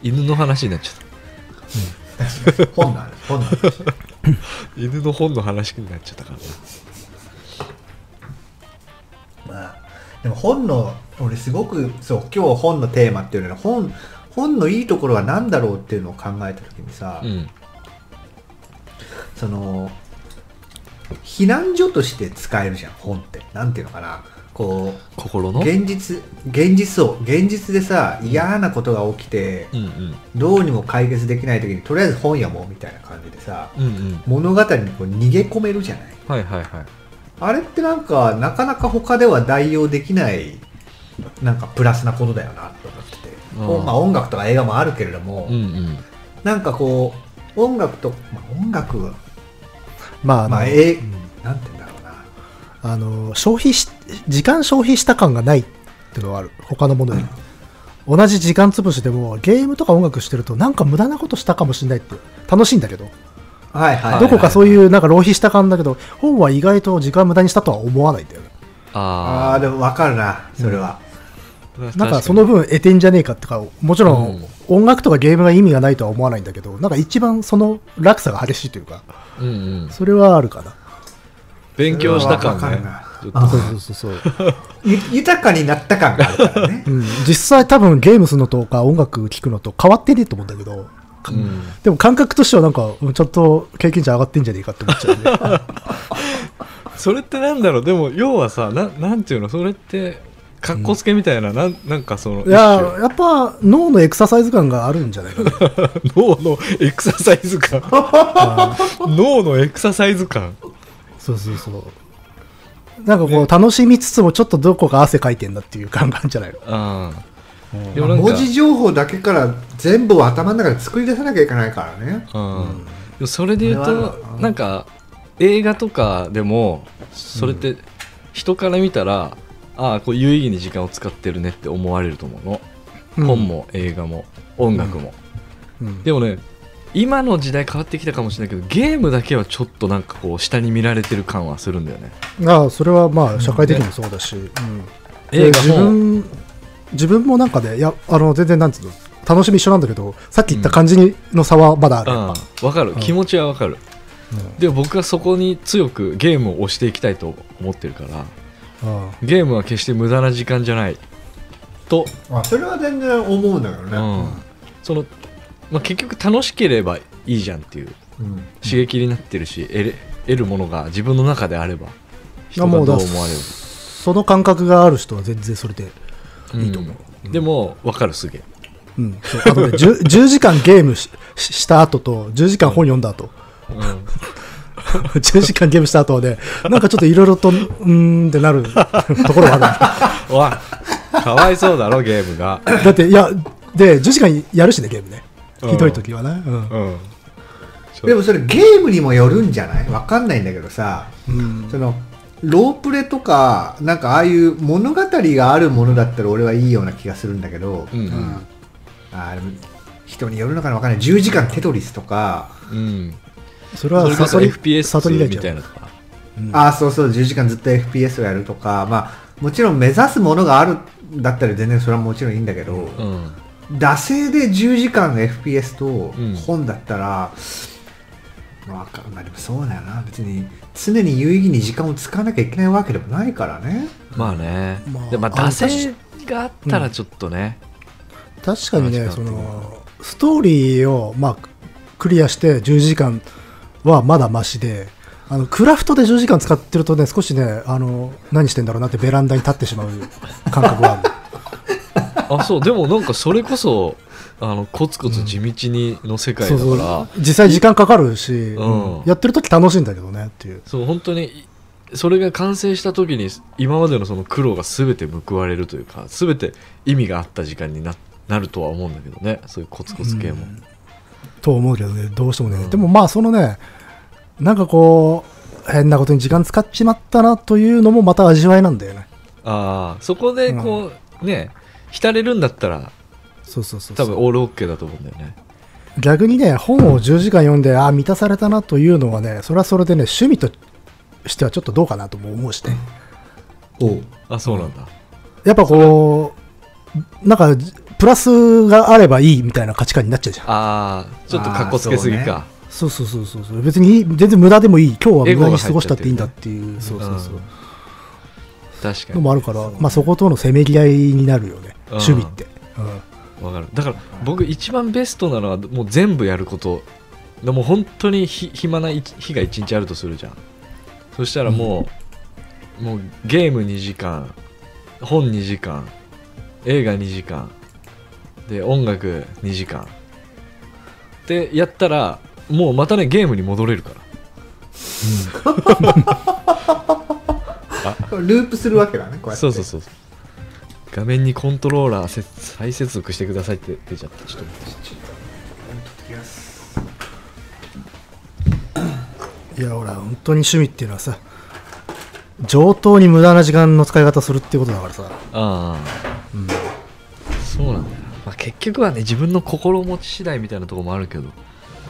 S1: 犬の話になっちゃっ
S3: 本なんです本なんです
S1: た犬の本の話になっちゃったからね
S3: まあでも本の俺すごくそう今日本のテーマっていうのは本本のいいところは何だろうっていうのを考えた時にさ、
S1: うん
S3: その避難所として使えるじゃん本ってなんていうのかなこう
S1: 心の
S3: 現実現実を現実でさ嫌なことが起きて
S1: うんうん
S3: どうにも解決できない時にとりあえず本やもうみたいな感じでさ
S1: うんうん
S3: 物語にこう逃げ込めるじゃない
S1: はいはいはい
S3: あれってなんかなかなか他では代用できないなんかプラスなことだよなと思ってて、
S1: うん
S3: こうまあ、音楽とか映画もあるけれども、
S1: うんうん
S3: なんかこう音楽と、まあ、音楽は
S2: まああの、
S3: まあえ
S2: うん
S3: なんて言うんだろうな
S2: あの消費し時間消費した感がないっていうのはある他のものに、同じ時間潰しでもゲームとか音楽してるとなんか無駄なことしたかもしれないって楽しいんだけど、
S3: はいはいはい
S2: どこかそういうなんか浪費した感だけど本は意外と時間無駄にしたとは思わないんだよね
S3: あ
S1: あ
S3: あでも分かるなそれは、
S1: あ
S2: なんかその分得てんじゃねえかってかもちろ
S1: うん
S2: ん音楽とかゲームが意味がないとは思わないんだけどなんか一番その落差が激しいというか
S1: うんうん
S2: それはあるかな
S1: 勉強した感
S3: それ
S1: ね
S3: はわか
S1: ちょ
S3: る
S1: っと
S3: なあ
S2: そうそうそうそう
S3: ゆ豊かになった感があるからね
S2: うん、実際多分ゲームするのとか音楽聴くのと変わってねえと思うんだけど、
S1: うん
S2: でも感覚としてはなんかうんちょっと経験値上がってんじゃねえかって思っちゃうね
S1: それってなんだろうでも要はさななんていうのそれってかっこつけみたいな、なんなんかその
S2: いややっぱ脳のエクササイズ感があるんじゃないかな
S1: 一種 脳のエクササイズ 感脳のエクササイズ感
S2: そうそうそうなんかこう楽しみつつもちょっとどこか汗かいてんだっていう感があるんじゃないの
S1: ああで
S3: ま
S1: もな
S3: あ
S1: んか
S3: 文字情報だけから全部を頭の中で作り出さなきゃいけないからね
S1: うんでもそれで言う
S3: それはあ
S1: と
S3: るな
S1: なんか映画とかでもそれって人から見たら、ああこう有意義に時間を使ってるねって思われると思うの、
S2: うん
S1: 本も映画も音楽も、
S2: うん
S1: でもね今の時代変わってきたかもしれないけどゲームだけはちょっとなんかこう下に見られてる感はするんだよね
S2: ああそれはまあ社会的にもそうだし、うんで
S1: 映画
S2: 自
S1: も
S2: 分自分もなんかねいやあの全然なんつうの楽しみ一緒なんだけどさっき言った感じにの差はまだある、
S1: ああわかる
S2: うん
S1: 気持ちはわかる、
S2: うん
S1: でも僕はそこに強くゲームを推していきたいと思ってるから
S2: うん
S1: ゲームは決して無駄な時間じゃないと、
S3: あそれは全然思うんだけど
S1: う
S3: ね、
S1: んそのまあ、結局楽しければいいじゃんっていう
S3: うん
S1: 刺激になってるし、得れ得るものが自分の中であれば人が
S2: も
S1: ど
S2: う
S1: う
S2: だ
S1: 思われる
S2: その感覚がある人は全然それで
S1: うん
S2: いいと思う、うん
S1: でもわかるすげえ
S2: うんそうあとね 10, 10時間ゲームししした後と10時間本読んだ後 10時間ゲームした後はねなんかちょっといろいろとうーんってなるところがあ
S1: わかわいそうだろゲームが、
S2: るだっていやで10時間やるしねゲームね
S1: うん
S2: ひどい時はねうん
S1: うん、ちょ
S3: でもそれゲームにもよるんじゃないわかんないんだけどさ、
S2: うん
S3: そのロープレとかなんかああいう物語があるものだったら俺はいいような気がするんだけど、
S1: うん
S3: あーでも人によるのかなわかんない10時間テトリスとか、
S1: うん、
S2: それ
S1: そ
S2: は
S1: れこそ
S2: 悟り
S1: FPS
S2: 悟り
S1: み
S2: だ
S1: た
S2: け
S1: い
S2: ど
S1: なとか
S3: ああそうそう10時間ずっと FPS をやるとかまあもちろん目指すものがあるんだったら全然それはもちろんいいんだけど、
S1: うん
S3: 惰性で10時間の FPS と
S1: うん
S3: 本だったら、まあわかんないでもそうだよな別に常に有意義に時間を使わなきゃいけないわけでもないからね
S1: まあね、
S2: まあ
S1: でまあ、
S2: あの
S1: 惰性があったらちょっとね、
S2: 確かにね
S1: 話
S2: そ
S1: 変わって
S2: のストーリーを、まあ、クリアして10時間はまだマシであのクラフトで10時間使ってるとね少しねあの何してんだろうなってベランダに立って しまう感覚がある
S1: あそうでもなんかそれこそあのコツコツ地道にの世界だ
S2: そう
S1: から、
S2: そ
S1: そう
S2: う実際時間かかるし、
S1: うん
S2: やってる時楽しいんだけどねっていう
S1: 本当にそれが完成した時に今までのその苦労が全て報われるというか全て意味があった時間にななるとは思うんだけどねそういうコツコツ系も、
S2: と思うけどねどうしてもね、
S1: うん
S2: でもまあそのねなんかこう変なことに時間使っちまったなというのもまた味わいなんだよね
S1: ああそこでこう、ね浸れるんだったら
S2: そうそうそうそ
S1: 多
S2: う
S1: 分オールオッケーだと思うんだよね
S2: 逆にね本を10時間読んであー満たされたなというのはねそれはそれでね趣味としてはちょっとどうかなとも思うしね
S3: お
S1: あそうなんだ、
S2: やっぱこうなんかプラスがあればいいみたいな価値観になっちゃうじゃん
S1: ああちょっとかっこつけすぎか、
S2: そうそうそうそうそう別に全然無駄でもいい今日は
S1: エ
S2: 無
S1: ゴ
S2: 駄
S1: が入
S2: に
S1: っちゃってるね
S2: 過ごしたっていいんだっていうそうそうそう、
S1: うん確か
S2: の
S1: に
S2: もあるから、まあ、そことのせめぎ合いになるよね、
S1: うん
S2: 趣味って、うん
S1: わかるだから僕一番ベストなのはもう全部やることでもう本当にひ暇な一日が一日あるとするじゃんそしたらもう,、もうゲーム2時間本2時間映画2時間で音楽2時間でやったらもうまたねゲームに戻れるから、
S3: これループするわけだねこうやって
S1: そうそうそう画面にコントローラーせ再接続してくださいって出ちゃったちょっと
S3: ちょっと取ってきます
S2: いやほら本当に趣味っていうのはさ上等に無駄な時間の使い方するっていうことだからさ
S1: ああ、うん、そうなんだよな、まあ、結局はね自分の心持ち次第みたいなところもあるけど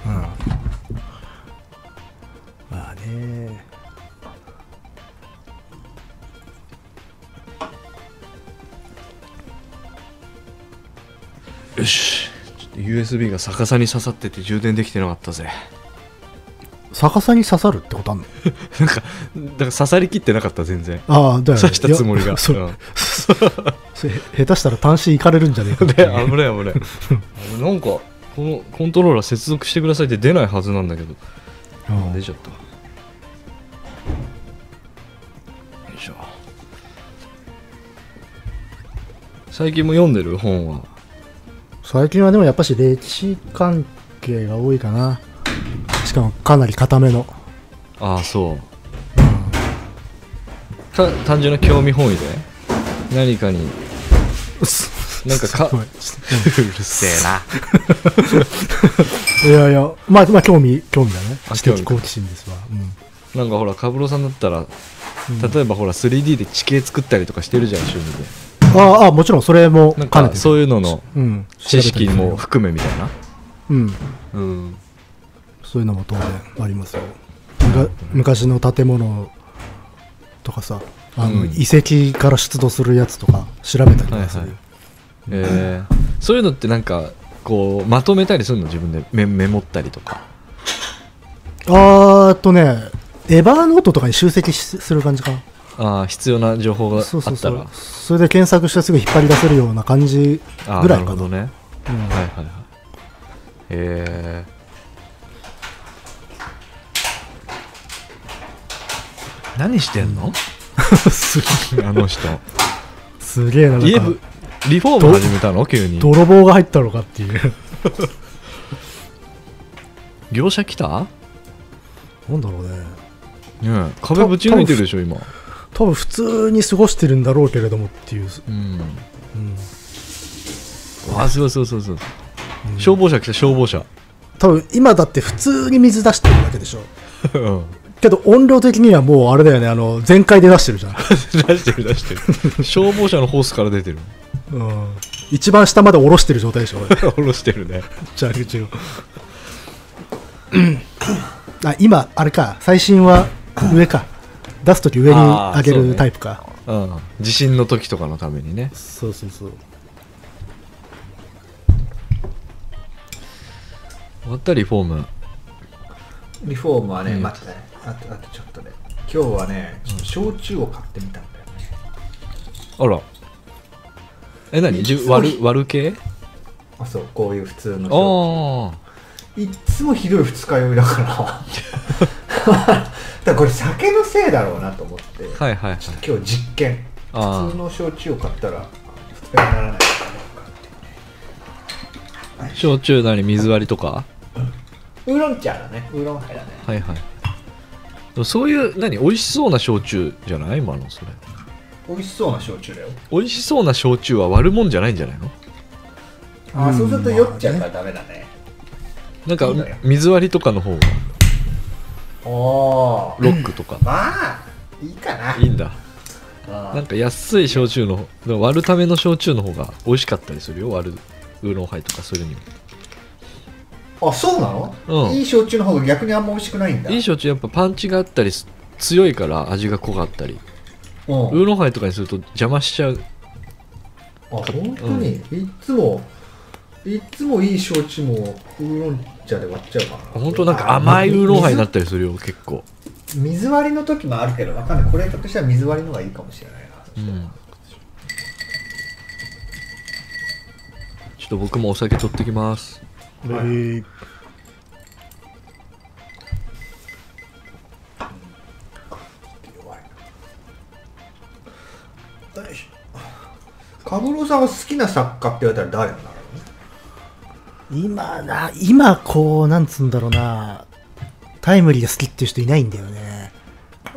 S2: うんまあね
S1: よしちょっと USB が逆さに刺さってて充電できてなかったぜ
S2: 逆さに刺さるってことあんの
S1: なんかだから刺さりきってなかった全然
S2: ああだよね
S1: 刺したつもり
S2: い
S1: が
S2: やそれ
S1: うん
S2: それ下手したら単身行かれるんじゃねえか
S1: で危ない危ないあれ なんかこのコントローラー接続してくださいって出ないはずなんだけど
S2: うん
S1: 出ちゃったよいしょ最近も読んでる本は
S2: 最近はでもやっぱし歴史関係が多いかなしかもかなり固めの
S1: ああそうた単純な興味本位で何かになんかか
S2: ごめ
S1: うるせえない
S2: やいやまあまあ興味興味だね
S1: あ
S2: 知的
S1: 興味
S2: 好奇心ですわ、うん
S1: なんかほらカブロさんだったら例えばほら 3D で地形作ったりとかしてるじゃん趣味で
S2: ああもちろんそれも
S1: なん
S2: 兼ね
S1: か
S2: て
S1: そういうのの
S2: う、ん、
S1: 知識も
S2: 調
S1: 含めみたいな
S2: べたりするようん、
S1: うん
S2: そういうのも当然ありますよむか昔の建物とかさあの、
S1: うん
S2: 遺跡から出土するやつとか調べたりとかする、
S1: はいはいえーそういうのってなんかこうまとめたりするの自分でメメモったりとか
S2: あーっとねエバーノートとかに集積しする感じかな
S1: あー必要な情報があったら
S2: そうそうそうそれで検索してすぐ引っ張り出せるような感じ
S1: あー
S2: ぐらい
S1: なる
S2: か
S1: ほど
S2: な
S1: ね
S2: うん
S1: はいはいはいえー、何してんの
S2: す
S1: あの人
S2: すげえななんか
S1: 家ぶリフォーム始めたの急に
S2: 泥棒が入ったのかっていう
S1: 業者来た
S2: なんだろうね
S1: ねえ壁ぶち抜いてるでしょ今
S2: 多分普通に過ごしてるんだろうけれどもっていう、
S1: うん
S2: うん、
S1: あそうそうそうそう、消防車来た消防車
S2: 多分今だって普通に水出してるわけでしょ
S1: うん
S2: けど音量的にはもうあれだよねあの全開で出してるじゃん、
S1: 出してる出してる消防車のホースから出てる
S2: うん、一番下まで下ろしてる状態でしょこ れ
S1: 下ろしてるね
S2: 砂利口をあ今あれか最新は上か出す時上に
S1: あー
S2: 上げ
S1: そうね
S2: るタイプか
S1: うん地震の時とかのためにね
S2: そう,、そうそう
S1: 終わったリフォーム
S3: リフォームはね、
S1: うん
S3: 待ってねあとあとちょっとね今日はねちょっと焼酎を買ってみたんだよね
S1: あらえ何じゅ割る割る系
S3: あそうこういう普通の焼
S1: ああ
S3: 酎いっつもひどい二日酔い だから だからこれ酒のせいだろうなと思って、
S1: はいはいはい
S3: ちょっと今日実験
S1: あー
S3: 普通の焼酎を買ったら二日酔いにならない
S1: 焼酎なり水割りとか
S3: ウーロン茶だねウーロンハイだね
S1: はいはいでもそういう何美味しそうな焼酎じゃない今のそれ
S3: 美味しそうな焼酎だよ
S1: 美味しそうな焼酎は割るもんじゃないんじゃないの
S3: あーそうすると酔っちゃうからダメだね
S1: なんか
S3: そうだよ
S1: 水割りとかの方が
S3: おおー
S1: ロックとか
S3: まあいいかない
S1: いんだ
S3: あ
S1: なんか安い焼酎のでも割るための焼酎の方が美味しかったりするよ割るウーロンハイとかするにも
S3: あそうなの、
S1: うん
S3: いい焼酎の方が逆にあんま美味しくないんだ
S1: いい焼酎やっぱパンチがあったりす強いから味が濃かったり
S3: うん
S1: ウーロンハイとかにすると邪魔しちゃう
S3: あ本当に、いっつもいっつもいい焼酎もウーロン茶で割っちゃうからな
S1: 本当なんか甘いウーロンハイになったりするよ結構、
S3: 水水割りの時もあるけどわかんないこれとしたら水割りの方がいいかもしれないなそしたら
S1: うんちょっと僕もお酒取ってきます
S2: そう、
S3: はい
S2: えー
S3: 弱いなよいしょカブロさんが好きな作家って言われたら誰になる
S2: 今な今こうなんつうんだろうなタイムリーが好きっていう人いないんだよね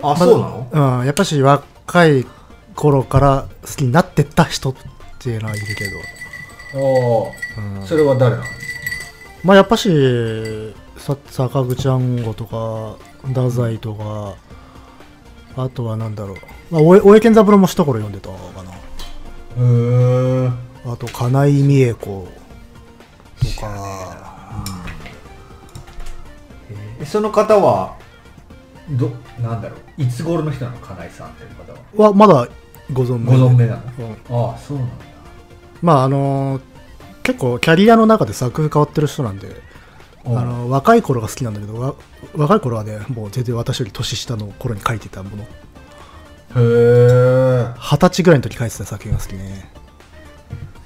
S3: のあ、そうなの
S2: うん、やっぱし若若い頃から好きになってった人っていうのはいるけ
S3: あ
S2: ど、うん
S3: あそれは誰なの
S2: まあやっぱしさ坂口安吾とか太宰とかあとはなんだろう、まあ、大江大江健三郎も一頃読んでたかな
S3: へえ
S2: あと金井美恵子とか
S3: えその方はどなんだろういつ頃の人なの金井さんという方は
S2: はまだご存
S3: ご
S2: 命
S3: 存命なの、
S2: うん
S3: ああそうなんだ
S2: まああのー結構キャリアの中で作風変わってる人なんであ
S3: うん
S2: の若い頃が好きなんだけどわ若い頃はねもう全然私より年下の頃に書いてたもの
S3: へえ
S2: 二十歳ぐらいの時書いてた作品が好きね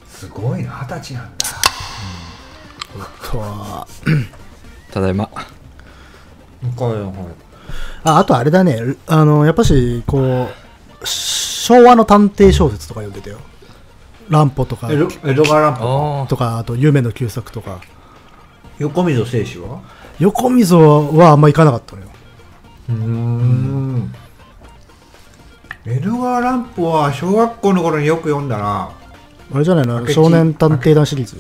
S3: すごいな二十歳なんだ
S2: あとは
S1: ただいま
S3: はいは
S2: ああとあれだねあのやっぱしこう昭和の探偵小説とか読んでたよ乱歩とか
S3: い江戸川乱歩
S1: あ
S2: とかあと夢の旧作とか
S3: 横溝正史は
S2: 横溝はあんま行かなかったのよ
S3: うーん江戸川乱歩は小学校の頃によく読んだな
S2: あれじゃないのあの
S3: 明智
S2: 少年探偵団シリーズ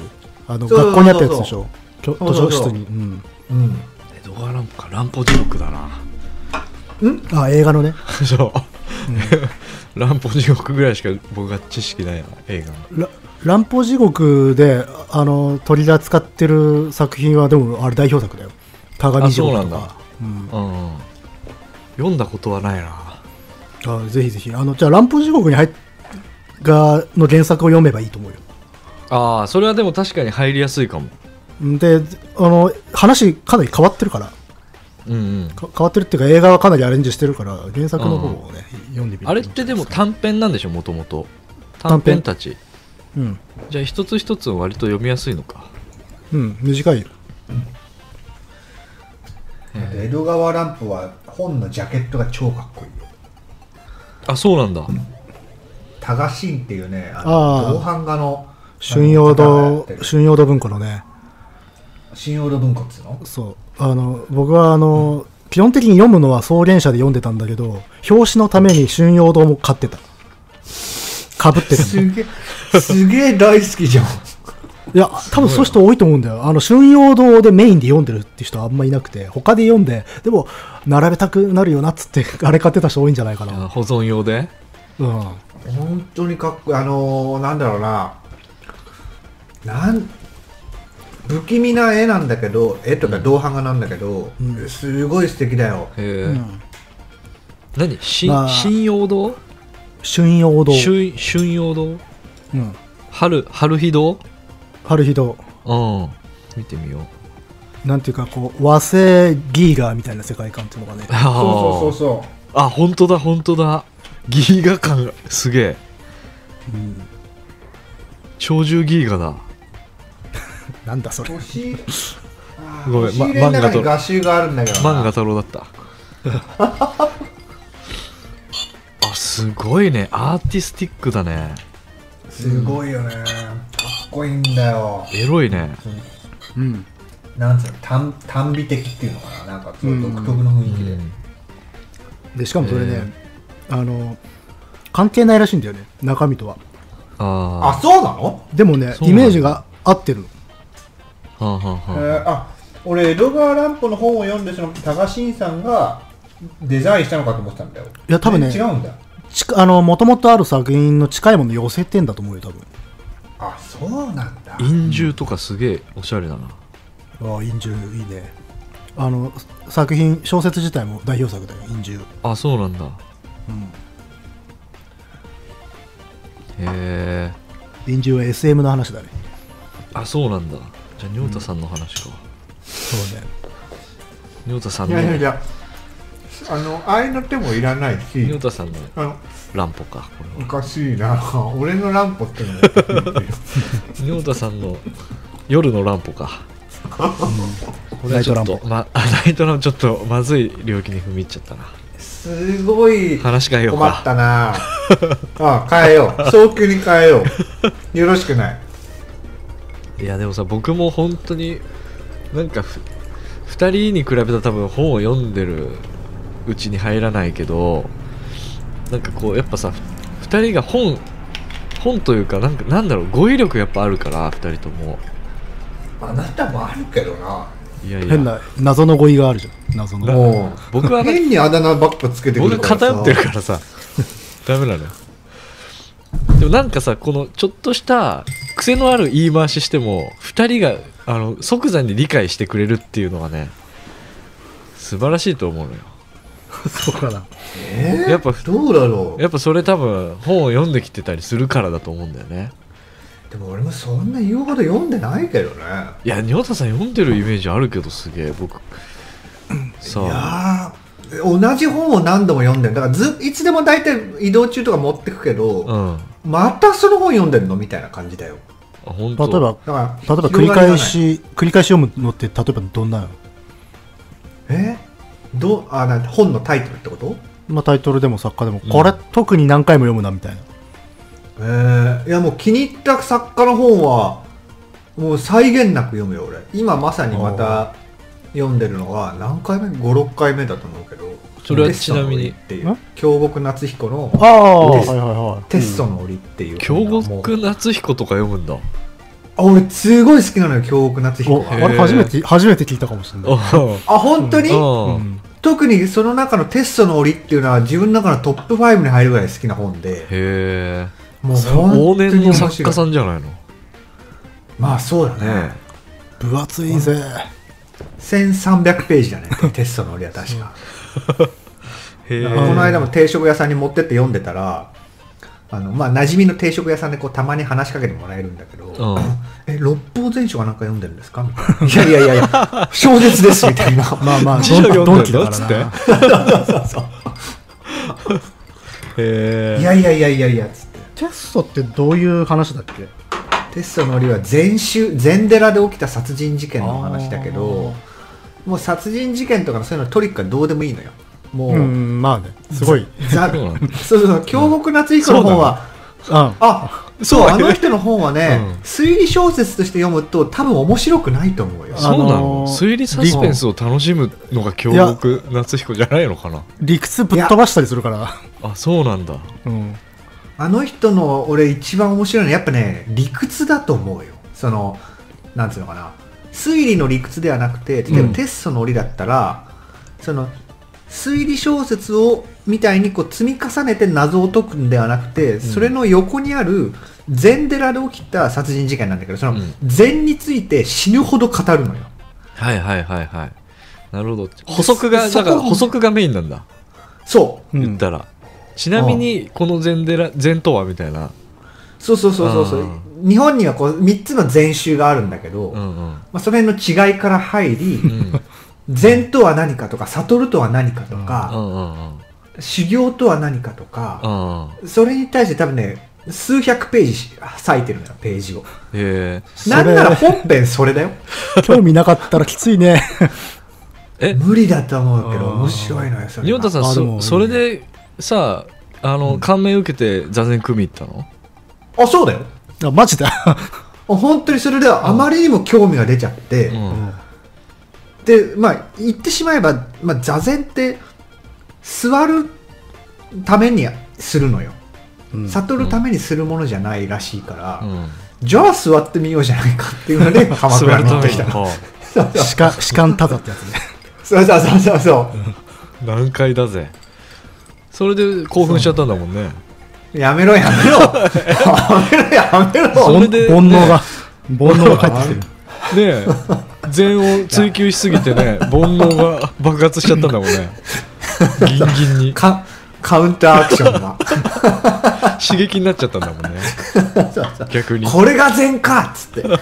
S2: あの
S3: そうそう
S2: 学校にあったやつでしょきょ図
S3: そうそ
S2: 書
S3: うそう
S2: 室にうん
S3: うん
S1: 江戸川乱歩か乱歩地獄だな
S2: あ映画のね
S1: そう、乱歩地獄ぐらいしか僕が知識ないな映画の
S2: ら乱歩地獄であの取り扱ってる作品はでもあれ代表作だよ鏡地獄と
S1: あ
S2: かうん
S1: うん読んだことはないな
S2: あぜひぜひあのじゃあ乱歩地獄に入っがの原作を読めばいいと思うよ
S1: ああそれはでも確かに入りやすいかも
S2: であの話かなり変わってるから
S1: うんうん
S2: か変わってるっていうか映画はかなりアレンジしてるから原作の方をね、読んでみる
S1: あれってでも短編なんでしょもともと短
S2: 短編
S1: 編たち
S2: うん、
S1: じゃあ一つ一つ割と読みやすいのか
S2: うん、短いよ
S3: 江戸川乱歩は本のジャケットが超かっこいいよ
S1: あそうなんだ
S3: タガシンっていうねあ
S2: あ
S3: の
S2: ー
S3: 銅版画の
S2: 春陽堂
S3: あの方がやってる
S2: 春陽堂文庫のね
S3: 信用度文庫っつうの
S2: そうあの僕はあの、基本的に読むのは草原社で読んでたんだけど表紙のために春陽堂も買ってたかぶってる
S3: すげえすげえ大好きじゃん
S2: いや多分そういう人多いと思うんだよあの春陽堂でメインで読んでるって人はあんまいなくて他で読んででも並べたくなるよなっつって あれ買ってた人多いんじゃないか
S1: あ
S2: な
S1: 保存用で
S2: うん
S3: 本当にかっこいいあのー、なんだろうななん不気味な絵なんだけど絵とか銅版画なんだけど、
S2: うん
S3: すごい素敵だよ
S1: へえ、
S2: うん
S1: 何し、
S2: まあ
S1: 信用堂
S2: 春陽堂、
S1: 春春陽堂
S2: うん、
S1: 春春日堂
S2: 春日堂
S1: うん見てみよう
S2: なんていうかこう和製ギーガーみたいな世界観っていうのがね
S1: あー
S3: そうそうそうそ
S1: あ本当だ本当だギーガ感がすげえ
S2: うん
S1: 鳥獣ギーガだ
S2: なんだそれ
S3: う星あー
S1: ごめん
S3: 星
S1: ま
S3: 入れの中
S1: 漫画と
S3: に画集があるんだけどな
S1: 漫画太郎だったあすごいねアーティスティックだね
S3: すごいよねかっこいいんだよ
S1: エロいね
S2: うん
S3: なんつうの短短美的っていうのかななんかそううん独特の雰囲
S1: う
S3: 気で、
S1: ん
S2: でしかもそれ
S1: え
S2: ね、あの関係ないらしいんだよね中身とは
S3: あ
S1: あ
S3: そうなの、
S2: でもね
S1: そう
S2: イ
S1: なんだ
S2: メージが合ってるの
S1: あはあはあ
S3: え
S1: は
S3: ーあ俺江戸川乱歩の本を読んでその多賀新さんがデザインしたのかと思ってたんだよ
S2: いや多分ね
S3: 違うんだ
S2: ちあの元々ある作品の近いもの寄せてんだと思うよ多分
S3: あそうなんだ
S1: 陰獣とかすげえおしゃれだな
S2: ああ陰獣いいねあの作品小説自体も代表作だよ陰獣
S1: あそうなんだ
S2: うん
S1: へえ
S2: 陰獣は SM の話だね
S1: あそうなんだじゃあ仁太さんの話か
S2: そうね
S1: 仁太さん
S3: い
S1: の
S3: やいやい
S1: 仁
S3: やあのあいの手もいらないし
S1: 太さんの
S3: あの
S1: 乱歩かこれ
S3: お
S1: は
S3: かしいな 俺の乱歩ってのも言ってる
S1: 仁太さんの夜の乱歩かこれ
S2: ナ
S1: は
S2: イ
S1: ち
S2: ト
S1: ょ
S2: ラ
S1: っ
S2: ン
S1: と
S2: ポ
S1: まあナイトランプちょっとまずい領域に踏み入っちゃったな
S3: すごい
S1: 話変えようか
S3: 困ったな あ変えよう早急に変えようよろしくない
S1: いやでもさ僕も本当になんかふ2人に比べたら多分本を読んでるうちに入らないけどなんかこうやっぱさ2人が本本というかなんかなんだろう語彙力やっぱあるから2人とも
S3: あなたもあるけどない
S1: やいや
S2: 変な謎の語彙があるじゃん謎の
S3: もう
S1: 僕はね
S3: 変にあだ名ばっかつけてく
S1: 僕
S3: るからさ
S1: 偏ってるから さダメなのよでもなんかさこのちょっとした癖のある言い回ししても2人があの即座に理解してくれるっていうのはね素晴らしいと思うのよ
S2: そうかな
S3: えー
S1: やっぱ
S3: どうだろう
S1: やっぱそれ多分本を読んできてたりするからだと思うんだよね
S3: でも俺もそんな言うほど読んでないけどね
S1: いや仁田さん読んでるイメージあるけどすげえ僕さ
S3: い
S1: あ
S3: やー同じ本を何度も読んでるだからずいつでも大体移動中とか持ってくけど、
S1: うんあ
S3: またその本読んでるのみたいな感じだよ
S1: 本
S2: 例
S1: 当
S2: えば
S3: だから
S2: 例えば繰り返し繰り返し読むのって例えばどんなの
S3: 広がりがないえどうあなんて本のタイトルってこと
S2: まあ、タイトルでも作家でも、
S1: うん
S2: これ特に何回も読むなみたいな
S3: えー、いやもう気に入った作家の本はもう際限なく読むよ俺今まさにまた読んでるのが何回目56回目だと思うけど
S1: それは
S3: テスト
S1: ち
S3: の折
S1: なみに
S3: ってい
S2: ん
S3: う京極夏彦の
S2: ああ
S3: は
S2: はいい
S3: はい
S2: はいは
S3: テストの折っていう
S1: 京
S3: 本がもう
S1: 極夏彦とか読むんだ
S3: あ俺すごい好きなのよ京極夏
S2: い
S3: 彦
S2: お
S1: へー
S2: あ
S3: は
S2: れ初めて初めて聞いたかもしれない、
S1: あ
S3: あ本当に、
S1: あ
S2: うん
S3: 特にその中の「テストの折」っていうのは自分の中のトップ5に入るぐらい好きな本で
S1: へえ
S3: もう
S1: 往
S3: 本当に
S1: 年の
S3: 面白い
S1: 作家さんじゃないのね
S3: まあそうだね
S2: 分厚いぜ
S3: 1300ページ だねテストの折は確か
S1: え
S3: だからこの間も定食屋さんに持ってって読んでたらあのまあ馴染みの定食屋さんでこうたまに話しかけてもらえるんだけど「
S1: うん
S3: え六法全書はなんか読んでるんですか?」みたいな「いやいやいやいや小説です」みたいな
S2: まあ まあ
S1: 辞書読んでんの
S2: ドンキだからな
S1: つへ
S3: い
S1: え
S3: やいやいやいやいや」つって
S2: テストってどういう話だっけ
S3: テストの折は全州禅寺で起きた殺人事件のお話だけどもう殺人事件とかのそういうのトリックはどうでもいいのよも
S2: う
S3: う、
S2: んまあねすごい、うん、
S3: ザ
S1: そうなの
S3: そうそうそう京極夏彦の本は、
S2: あ
S3: あ
S1: そう
S3: そうあの人の本はね、
S1: うん
S3: 推理小説として読むと多分面白くないと思うよ
S1: そうな
S2: あ
S1: の
S2: のー
S1: 推理サスペンスを楽しむのが京極夏彦じゃないのかな
S2: 理屈ぶっ飛ばしたりするから
S1: あそうなんだ
S2: うん
S3: あの人の俺一番面白いのはやっぱね理屈だと思うよそのなんつうのかな推理の理屈ではなくて例え
S1: うん
S3: ばテストの折だったら、その推理小説をみたいにこう積み重ねて謎を解くんではなくて、それの横にある禅寺で起きた殺人事件なんだけどその
S1: うん
S3: 禅について死ぬほど語るのよ
S1: はいはいはいはいなるほど補足が
S3: そ
S1: だか
S3: こ
S1: ら補足がメインなんだ
S3: そう
S2: うん
S1: 言ったら、ちなみにこの禅寺禅とはみたいな
S3: そうそうそうそうそう
S1: あ
S3: 日本にはこう3つの禅宗があるんだけど、
S1: う
S3: ま
S1: んうん
S3: あ、その辺の違いから入り、
S1: うん
S3: 禅とは何かとか悟るとは何かと
S1: う
S3: か、
S1: んうん
S3: 修行とは何かと
S1: う
S3: か、
S1: んうん
S3: それに対して多分ね数百ページ割いてるのよページを
S1: へ
S2: それ
S3: なんなら本編そ れだよ
S2: 興味なかったらきついね
S1: ええ
S3: 無理だと思うけど
S2: あー
S3: 面白いのよそれ
S1: 仁
S3: が
S1: 田さん
S2: あで
S1: そ
S2: も
S1: それでさあの、感銘受けて座禅組み行ったの
S3: あそうだよ
S2: あマジで
S3: 本当にそれではあまりにも興味が出ちゃって、
S1: うん
S3: でまあ言ってしまえば、まあ、座禅って座るためにするのよ
S2: うん
S3: 悟るためにするものじゃないらしいから、
S1: うん
S3: じゃあ座ってみようじゃないかっていうので鎌
S1: 座
S3: 倉
S1: る
S3: に
S1: た
S3: 持って
S1: め
S3: き
S1: に
S3: たの
S1: は
S3: そうそう
S2: 士官士官ただってやつね
S3: そうそうそうそうそう
S1: あ難解だぜそれで興奮しちゃったんだもんね
S3: やめろやめろやめろやめろ
S1: それで
S2: 煩悩が煩悩が返ってきてる
S1: ねえ禅を追求しすぎてね煩悩が爆発しちゃったんだもんねギンギンに
S3: かカウンターアクションが
S1: 刺激になっちゃったんだもんね逆に
S3: これが禅かっつってま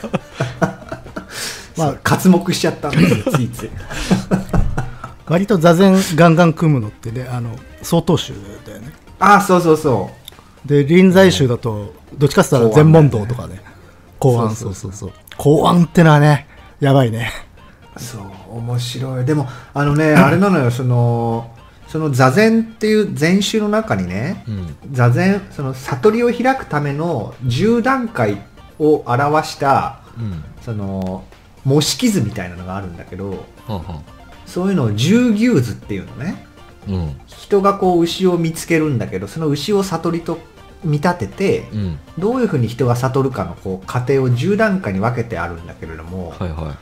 S2: ま
S3: あ
S2: あ
S3: 活目しちゃったんですよついつい
S2: 割と座禅ガンガン組むのってねあの曹洞宗だよね
S3: ああそうそうそう
S2: で臨済宗だとどっちかって言ったら全問答とかね公安
S3: そ
S2: そうう
S3: そ
S2: そうそう公安ってのはねやばいね
S3: そう面白いでもあのねあれなのよそのその座禅っていう禅宗の中にね、
S1: うん
S3: 座禅その悟りを開くための10段階を表した
S1: うん
S3: その模式図みたいなのがあるんだけど
S1: はんはん
S3: そういうのを十牛図っていうのね
S1: うん
S3: 人がこう牛を見つけるんだけどその牛を悟りと見立てて
S1: うん
S3: どういうふうに人が悟るかのこう過程を10段階に分けてあるんだけれども、
S1: はいは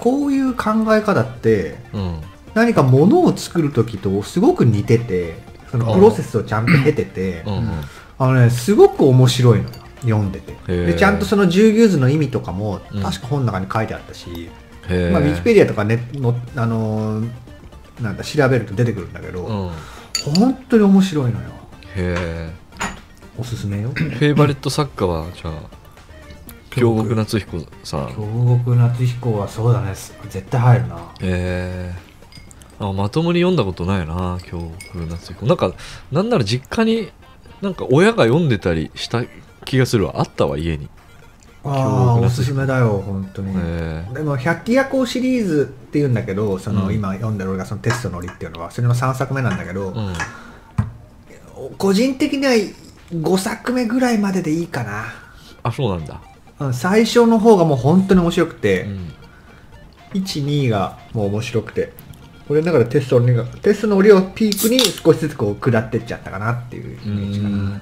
S3: こういう考え方って
S1: いうん
S3: 何か物を作る時とすごく似ててそのプロセスをちゃんと経てて
S1: うんうん
S3: あのねすごく面白いのよ読んでて
S1: へえ
S3: でちゃんとその十牛図の意味とかも
S1: うん
S3: 確か本の中に書いてあったし、
S1: へえ
S3: まあ、ウィキペディアとかねの、あのーなんだ調べると出てくるんだけど、
S1: うんへ
S3: 本当に面白いのよ
S1: え
S3: おすすめよ
S1: フェイバリット作家はじゃあ京極夏彦さん
S3: 京極夏彦はそうだね絶対入るな
S1: へえあまともに読んだことないな京極夏彦なんかなんなら実家になんか親が読んでたりした気がするわあったわ家に
S3: ああ
S1: 京極夏彦
S3: おすすめだよ本当に、
S1: へえ
S3: でも「百鬼夜行」シリーズっていうんだけどその、
S1: うん
S3: 今読んでる俺がそのテストのりっていうのはそれの3作目なんだけど、
S1: うん
S3: 個人的には5作目ぐらいまででいいかな
S1: あそうなんだ
S3: うん最初の方がもう本当に面白くて、
S1: うん
S3: 12がもう面白くて俺の中でテストのりがテストのりをピークに少しずつこう下ってっちゃったかなっていうイ
S1: う
S3: メージか
S1: ん
S3: な
S1: へ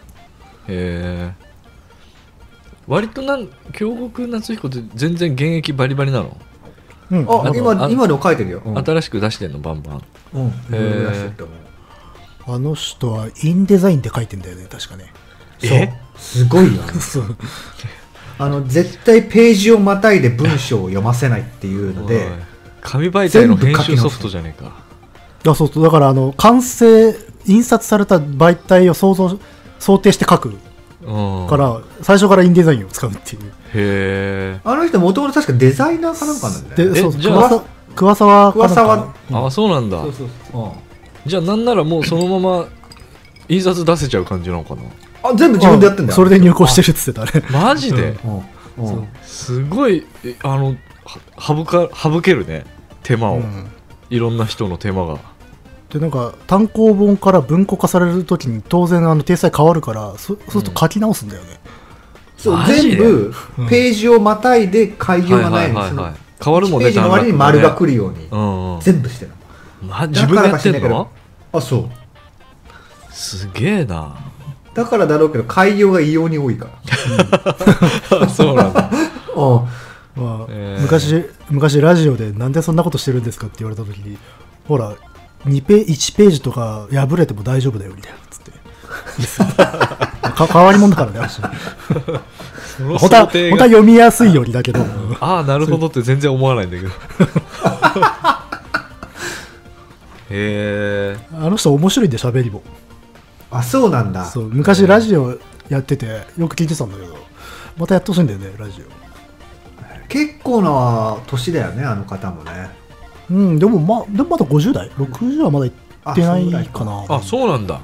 S1: え割となん京極夏彦って全然現役バリバリなの、
S2: うん、
S3: あ
S1: あと
S3: 今
S1: あ
S3: 今でも書いてるよ、うん、
S1: 新しく出してんのバンバン
S3: うんブログ出して
S1: へー
S3: ると思う
S2: あの人はインデザインって書いてんだよね確かね
S1: え
S3: そうすごいよ ね
S2: そう
S3: あの絶対ページをまたいで文章を読ませないっていうの
S1: お
S3: で
S1: い紙媒体の編集ソフトじゃねえか
S2: あそうそうだからあの完成印刷された媒体を想像想定して書
S1: う
S2: く
S1: ん
S2: から、最初からインデザインを使うっていう
S1: へえ
S3: あの人元々確かデザイナーかなんかなんだよ
S2: で
S3: ね
S2: そうそう
S1: じゃ
S2: 桑
S1: あ
S2: 沢桑沢かなんか
S3: 桑
S1: あそうなんだ
S3: そうそうそう、うん
S1: じゃあなんならもうそのまま印刷出せちゃう感じなのかな
S3: あ全部自分でやってんだよ
S2: それで入稿してるっつってたね
S1: マジで、
S3: うんうん
S2: そう
S1: すごいえあのは省か省けるね手間を、
S2: うん
S1: いろんな人の手間が
S2: でなんか単行本から文庫化されるときに当然あの体裁変わるからそそうすると書き直すんだよね、
S3: そう
S1: マジで
S3: 全部
S2: うん
S3: ページをまたいで開業がないの
S1: はいはいは
S3: その
S1: いはい変わるもんね
S3: 1ページの割に
S1: 段落
S3: 丸
S1: ね
S3: が来るように
S1: うんうん、
S3: 全部してる
S1: ま、自分がやってん
S3: だから
S1: の
S3: かあそう
S1: すげえな
S3: だからだろうけど開業が異様に多いか ら
S1: そうなんだ
S3: うん
S2: まあ
S1: えー
S2: 昔昔ラジオでなんでそんなことしてるんですかって言われたときにほら2ペ1ページとか破れても大丈夫だよみたいな つってか変わり者だからね私本当は本当は読みやすいようにだけど
S1: ああなるほどって全然思わないんだけどへえ
S2: あの人面白いんで喋りも
S3: あそうなんだ
S2: そう昔ラジオやっててよく聞いてたんだけどまたやってほしいんだよねラジ
S3: 結構な年だよねあの方もね
S2: オうんでもまあでもまだ50代60はまだいってないかな
S1: あそうなんだ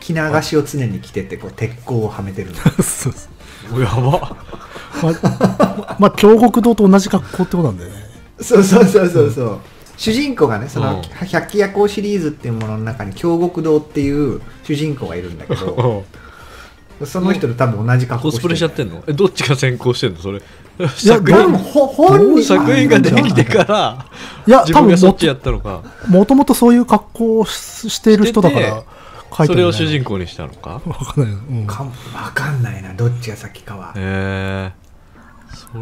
S3: 着流しを常に着ててこう鉄鋼をはめ てるの
S2: そうそう
S1: やば
S2: まあ、まあ、 京極堂と同じ格好ってことなんだよね。
S3: そうそうそうそうそう、主人公がねそ
S1: うん
S3: の「百鬼夜行」シリーズっていうものの中に京極堂っていう主人公がいるんだけどその人と多分同じ格 好
S1: コスプレしちゃってんのえどっちが先行してんのそれ
S2: ど
S1: 作
S3: で
S1: 品
S3: もほ本人
S1: 作品ができて から
S2: いや、
S1: 自
S2: 多
S1: 分
S2: 分
S1: がそ
S2: も
S1: っちやったのか
S2: もともとそういう格好をししている人だか
S1: して
S2: ら
S1: て
S2: 書い
S1: そ
S2: てる
S1: れ
S2: ん
S1: を
S2: じゃ
S1: 主
S2: ない
S1: 人公にしたのか
S2: わかんないよ、うん
S3: か分かんないなどっちが先かは
S1: へえ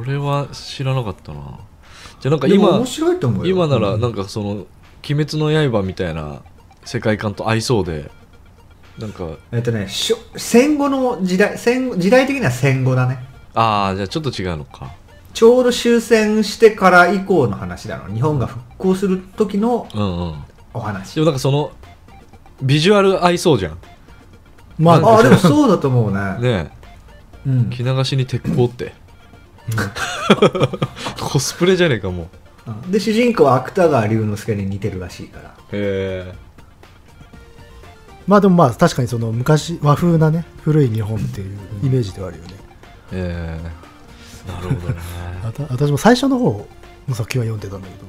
S1: それは知らなかったなじゃあなんか
S3: でも
S1: 今
S3: 面白いと思うよ
S1: 今なら
S3: うん
S1: なんかその「鬼滅の刃」みたいな世界観と合いそうでなんか
S3: えっとねしょ戦後の時代戦後時代的には戦後だね
S1: ああじゃあちょっと違うのか
S3: ちょうど終戦してから以降の話だろう日本が復興する時の
S1: うんうん
S3: お
S1: で
S3: 話
S1: もなんかそのビジュアル合いそうじゃん
S2: まあ、
S3: あでもそうだと思うね
S1: ね
S3: うん
S1: え着流しに鉄鋼って、コスプレじゃねえかもう
S3: うんで主人公は芥川龍之介に似てるらしいから
S1: へえ
S2: まあでもまあ確かにその昔、和風なね、古い日本っていうイメージではあるよね。
S1: ええなるほどね
S2: あた私も最初の方の作品は読んでたんだけど、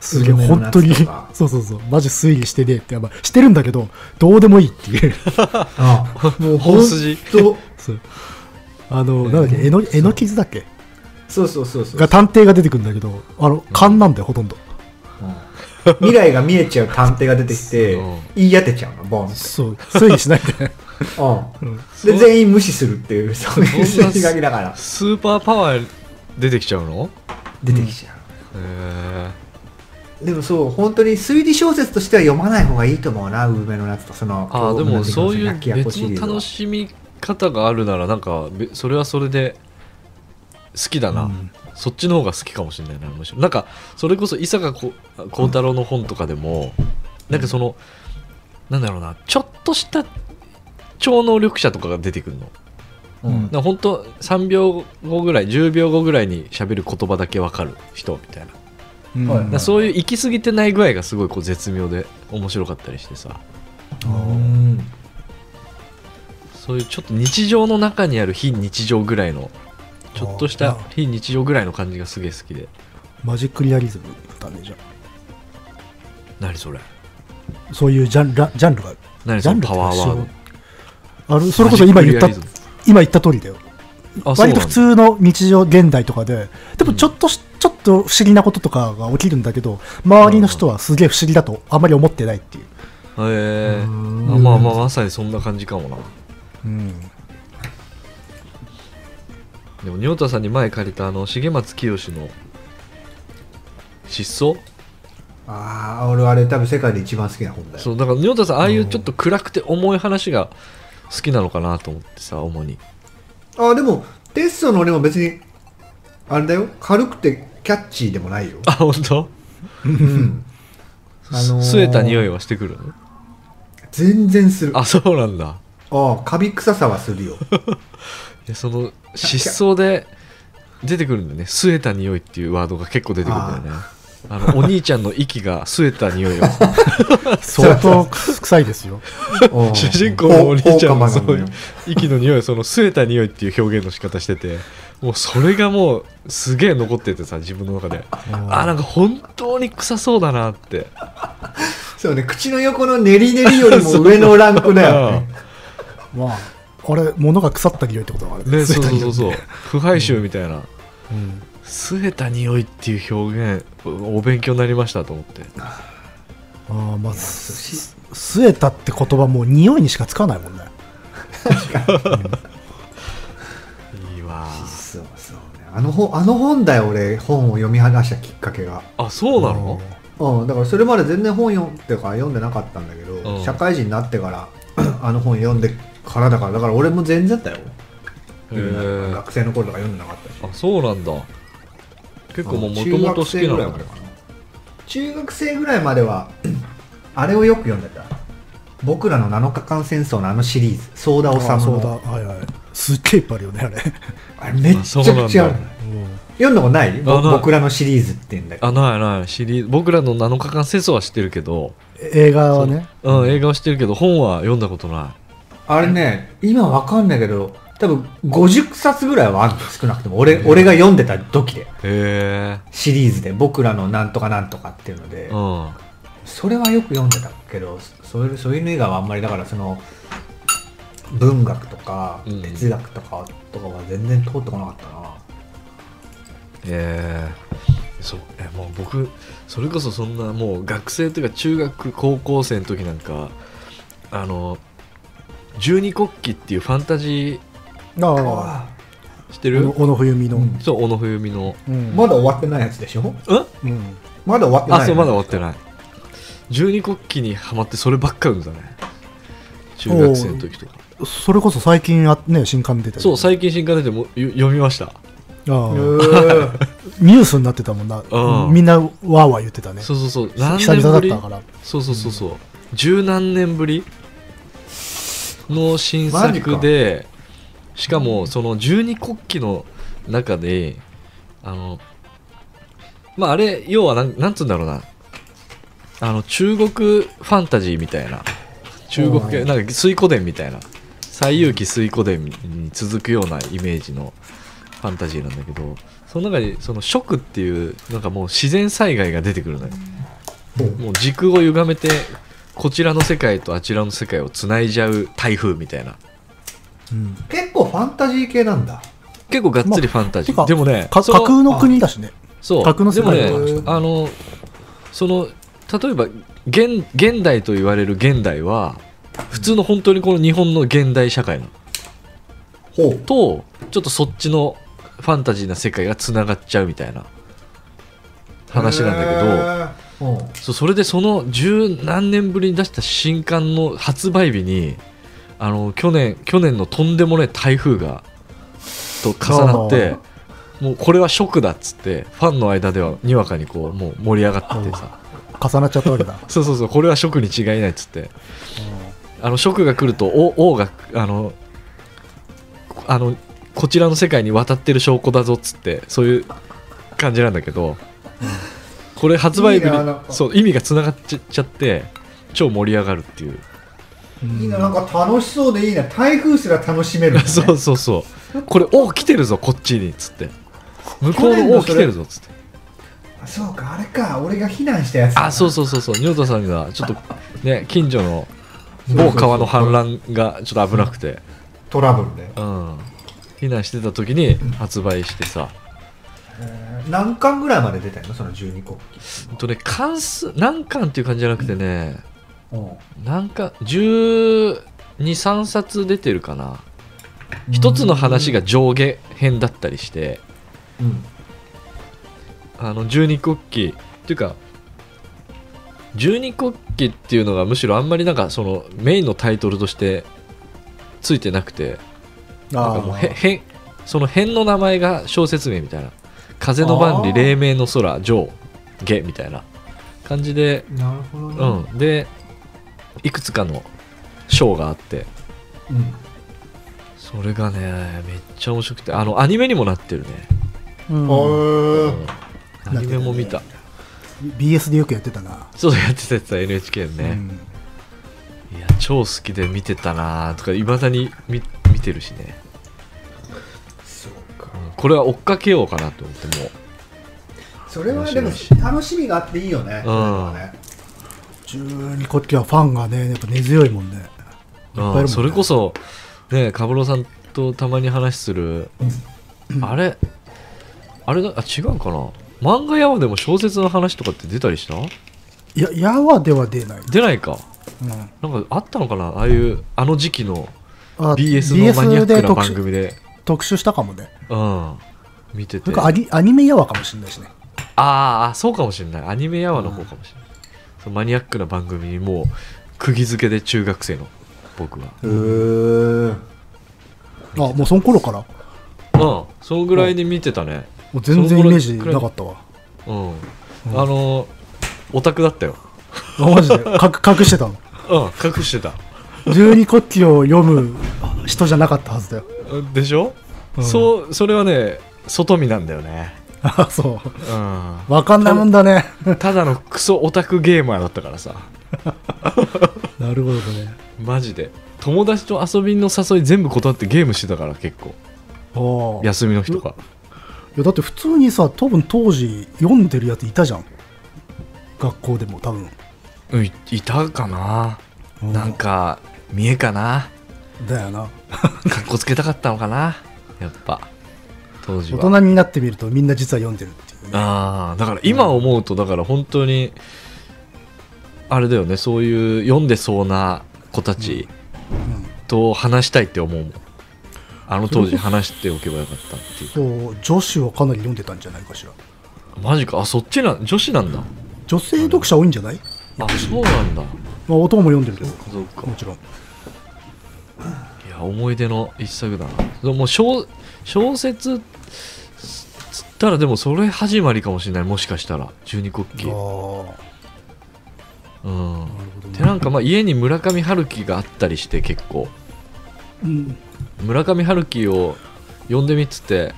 S2: すげえ、
S3: スズメの
S2: 本当に
S3: 夏と か、
S2: そうそうそう、マジ推理してねえって、まあ、してるんだけど、どうでもいいっていう。
S3: あもう
S1: 本筋
S3: と
S2: そうあの、なんだっけ、えの、えのきずだっけ
S3: そうそうそうそう
S2: が探偵が出てくるんだけど、あの、勘なんだよ、ほとんど。
S3: うん未来が見えちゃう探偵が出てきて
S1: そう
S3: 言い当てちゃうのボンって、
S2: そう推理しないで
S3: うん、で全員無視するっていうそういう
S1: そんな
S3: 筋書きだか ら
S1: スーパーパワー出てきちゃうの
S3: 出てきちゃう、
S1: へえ
S3: でもそう本当に推理小説としては読まない方がいいと思うな「うめの夏」とその
S1: ああでもそういう
S3: きやこ
S1: 別
S3: シリー
S1: の
S3: ズは
S1: 楽しみ方があるならなんかべそれはそれで好きだな、
S2: うん
S1: そっちの方が好きかもしれないなむしろなんかそれこそ伊坂こ幸太郎の本とかでも、なんかそのなんだろうなちょっとした超能力者とかが出てくるの
S3: うん
S1: なんか本当3秒後ぐらい10秒後ぐらいに喋る言葉だけわかる人みたいな
S2: うん
S3: はい
S1: だからそういう行き過ぎてない具合がすごいこう絶妙で面白かったりしてさ
S3: うん
S1: そういうちょっと日常の中にある非日常ぐらいのちょっとし
S2: あ
S1: た
S2: ー
S1: 非日常ぐらいの感じがすげえ好きで
S2: マジックリアリズムだねじゃ
S1: 何それ
S2: あそういうジャンラジャンルがある
S1: 何
S2: ジ
S1: そ
S2: ャン
S1: の
S2: ル
S1: パワーワード
S2: ドあるそれこそ今言った
S1: マジックリアリ
S2: 今言った通りだよ
S1: ズムあそうな
S2: 割
S1: ん
S2: と
S1: だ
S2: 普通の日常現代とかででもちょっとし、ちょっと不思議なこととかが起きるんだけど周りの人はすげえ不思議だとあまり思ってないっ ていう、
S1: へえあ
S3: うん
S1: まあまあまさにそんな感じかもなでも仁太さんに前借りたあの重松清の失踪
S3: ああ俺あれ多分世界で一番好きな本だよ
S1: そうだから仁太さんああいうちょっと暗くて重い話が好きなのかなと思ってさ主に
S3: ああでもテッソの俺も別にあれだよ軽くてキャッチーでもないよ
S1: あ本当
S3: うんあのー
S1: す据えた匂いはしてくるの
S3: 全然するあ
S1: あそうなんだ
S3: あカビ臭さはす るよ
S1: いやその失踪で出てくるんだよね「据えた匂い」っていうワードが結構出てくるんだよねあのお兄ちゃんの息が据えた 匂いを
S2: 相当臭いですよ
S3: うん
S1: 主人公のお兄ちゃん
S3: お
S1: も
S3: オオカマ
S1: そ
S3: なの
S1: うい
S3: よ
S1: う息の匂いその据えた匂いっていう表現の仕方しててもうそれがもうすげえ残っててさ自分の中であなんか本当に臭そうだなって
S3: そうね口の横のねりねりよりも上のランクだよね
S2: まああれ物が腐った匂いってことはあれ
S1: ね
S2: 吸
S1: そう
S2: えた
S1: そう
S2: 匂い
S1: そうそう腐敗臭みたいな
S2: うん
S1: 据えた匂いっていう表現お勉強になりましたと思って
S2: ああまあ
S3: そうし
S2: す据えたって言葉もう匂いにしかつかないもんね
S1: いいわ
S3: そうそうねあの本あの本だよ俺本を読み話したきっかけが
S1: あそうなの
S3: うんだからそれまで全然本読んでから読んでなかったんだけど、
S1: うん
S3: 社会人になってから あの本読んでからだからだから俺も全然だよ
S1: へえ
S3: 学生の頃とか読んでなかったし
S1: あそうなんだ結構もうもともと好きな
S3: 中学生ぐらい
S1: の
S3: までかな中学生ぐらいまでは あれをよく読んでた僕らの7日間戦争のあのシリーズ相田治
S2: あそうだ
S3: の
S2: はいはいすっげえいっぱいあるよねあれ、
S3: あれめっち
S1: あ
S3: ゃくち
S1: そう
S3: ゃあ
S1: なん
S3: る
S1: だ
S3: 読んだことないぼ
S1: ない
S3: 僕らのシリーズって言うんだけど
S1: あないないシリーズ僕らの7日間戦争は知ってるけど、
S2: 映画はね
S1: うん、映画は知ってるけど本は読んだことな
S3: あれね今わかんないけど多分50冊ぐらいはあるの少なくとも俺俺が読んでた時で
S1: いへ
S3: シリーズで僕らのなんとかなんとかっていうので
S1: えうん
S3: それはよく読んでたけどそういうそういうの以外はあんまりだからその文学とか
S1: うん
S3: 哲学とかとかは全然通ってこなかったな、
S1: ええそうえもう僕それこそそんなもう学生というか中学高校生の時なんかあの十二国旗っていうファンタジ
S2: ああ
S3: あ
S1: ー知って
S2: 小
S1: る
S2: 野小野冬美の、
S3: うん
S1: そう小野冬美の
S2: うん
S3: あまだ終わってないやつでしょ
S1: うん
S2: うん
S3: まだ終わってない
S1: あそうまだ終わって
S3: い
S1: ない十二国旗にはまってそればっかり読んだね中学生の時とか
S2: それこそ最近あ、ね、新刊出て
S1: そう最近新刊出てもよ読みました
S2: ああ
S3: うー
S2: ニュースになってたもんな
S1: うん
S2: みんなわーわー言ってたね
S1: そうそうそう何
S2: 久
S1: 年
S2: 々だ
S1: ぶ
S2: っ
S1: り
S2: たから
S1: そうそうそうそう十何年ぶりの新作でしかもその十二国旗の中であのまああれ要はなんなんつうんだろうなあの中国ファンタジーみたいな中国系
S3: おー
S1: なんか水湖伝みたいな西遊記水湖伝に続くようなイメージのファンタジーなんだけどその中にその「食」っていうなんかもう自然災害が出てくるのよ もう時空を歪めてこちらの世界とあちらの世界をつないじゃう台風みたいな
S2: うん
S3: 結構ファンタジー系なんだ
S1: 結構がっつりファンタジー、
S2: まあ
S1: でもね
S2: か
S1: そ
S2: 架
S1: の
S2: 空の国だしね
S1: そう
S2: 架空の世界
S1: でも
S3: だ
S1: ねあのその例えば現現代と言われる現代は普通の本当にこの日本の現代社会なの
S3: ほう
S1: とちょっとそっちのファンタジーな世界がつながっちゃうみたいな話なんだけど、
S3: けど、うん
S1: そうそれでその十何年ぶりに出した新刊の発売日にあの去年去年のとんでもない台風がと重なってもうこれはショックだっつってファンの間ではにわかにこうもう盛り上がっててさ
S2: 重なっちゃったわ けだ
S1: そうそうそうこれはショックに違いないっつってあのショックが来ると王王があのあのこちらの世界に渡ってる証拠だぞっつってそういう感じなんだけどこれ発売日
S3: いいななん
S1: に
S3: か
S1: そう意味がつながっちゃちゃって超盛り上がるっていう
S3: いいななんか楽しそうでいいな台風すら楽しめる、ね、
S1: そうそうそうこれ王来てるぞこっちにっつって向こうの王来てるぞっつって
S3: あそうかあれか俺が避難したやつ
S1: あそう
S3: そ
S1: そうそうそう仁田さんがちょっとね近所の某川の氾濫がちょっと危なくて
S3: トラブルで、
S1: うん避難してた時に発売してさ、
S3: えー何巻ぐらいまで出たのその12国
S1: えっ
S3: 旗
S1: とね、関数何巻っていう感じじゃなくてね、
S3: うん
S1: 何巻123冊出てるかな一つの話が上下編だったりして
S3: うん
S1: あの十二国旗っていうか十二国旗っていうのがむしろあんまりなんかそのメインのタイトルとしてついてなくてなんかもうへへその編の名前が小説名みたいな「風の万
S3: あ
S1: 里
S3: ー
S1: 黎明の空上下」みたいな感じで
S3: なるほどね
S1: うん、でいくつかの章があって
S3: うん、
S1: それがねめっちゃ面白くてあのアニメにもなってるね、
S2: うん
S3: お
S1: うん
S3: ー
S1: アニメも見た
S2: BS でよくやってたな、
S1: そうやってたやつだ NHK の
S2: う
S1: ね、
S2: ん、
S1: いや超好きで見てたなとかいまだに見見てるしね、
S3: そうか
S1: うんこれは追っかけようかなと思ってもう
S3: それはでも
S1: 面白いし
S3: 楽しみがあっていいよね
S1: うん
S3: なんかね
S2: 12国旗はファンがねやっぱ根強いもんねいっぱいいるもんね
S1: うんそれこそねカブロさんとたまに話する、あれあれだあ違うかな漫画やわでも小説の話とかって出たりした
S2: いややわでは出ない、
S1: 出ないか
S2: うん
S1: なんかあったのかなああいうあの時期の
S2: あ
S1: BS のマニアックな番
S2: 特集
S1: 組で
S2: 特集したかもね
S1: うん見て
S2: そ
S1: て
S2: れかア
S1: あ
S2: ニアニメやわかもしれないしね
S1: あーそうかもしれないアニメやわの方かもしれない、そのマニアックな番組にもう釘付けで中学生の僕は
S3: へー
S2: あもうその頃からも
S1: うんそのぐらいに見てたね
S2: う全然イメージなかったわ
S1: うん、あのオタクだったよ
S2: あマジで かく隠してたの
S1: うん隠してた
S2: 12国旗を読む人じゃなかったはずだよ
S1: でしょ、
S2: うん
S1: そうそれはね外見なんだよね
S2: あ そううわかんないもんだね
S1: んただのクソオタクゲーマーだったからさ
S2: なるほどね
S1: マジで友達と遊びの誘い全部断ってゲームしてたから結構
S2: ああいや
S1: 休みの日とか
S2: だって普通にさ多分当時読んでるやついたじゃん学校でも多分
S1: うんいいたかな、
S2: うん
S1: なんか見えかな
S2: だよな
S1: かっこつけたかったのかなやっぱ当時
S2: 大
S1: は
S2: 人になってみるとみんな実は読んでるっていうね
S1: ああだから今思うとだから本当にあれだよねそういう読んでそうな子たちと話したいって思うもんあの当時話しておけばよかったってい
S2: そう女子はかなり読んでたんじゃないかしら
S1: うマジかあそっちなん女子なんだ
S2: 女性読者多いんじゃない、
S1: あそうなんだ
S2: まあ、男も読んでるけど
S1: そうか
S2: もちろん
S1: いや思い出の一作だなでももう小小説っつったらでもそれ始まりかもしれないもしかしたら十二国
S2: ああ
S1: 旗うん
S2: なるほど
S1: でなんかまあ家に村上春樹があったりして結構
S2: うん
S1: 村上春樹を読んでみっつって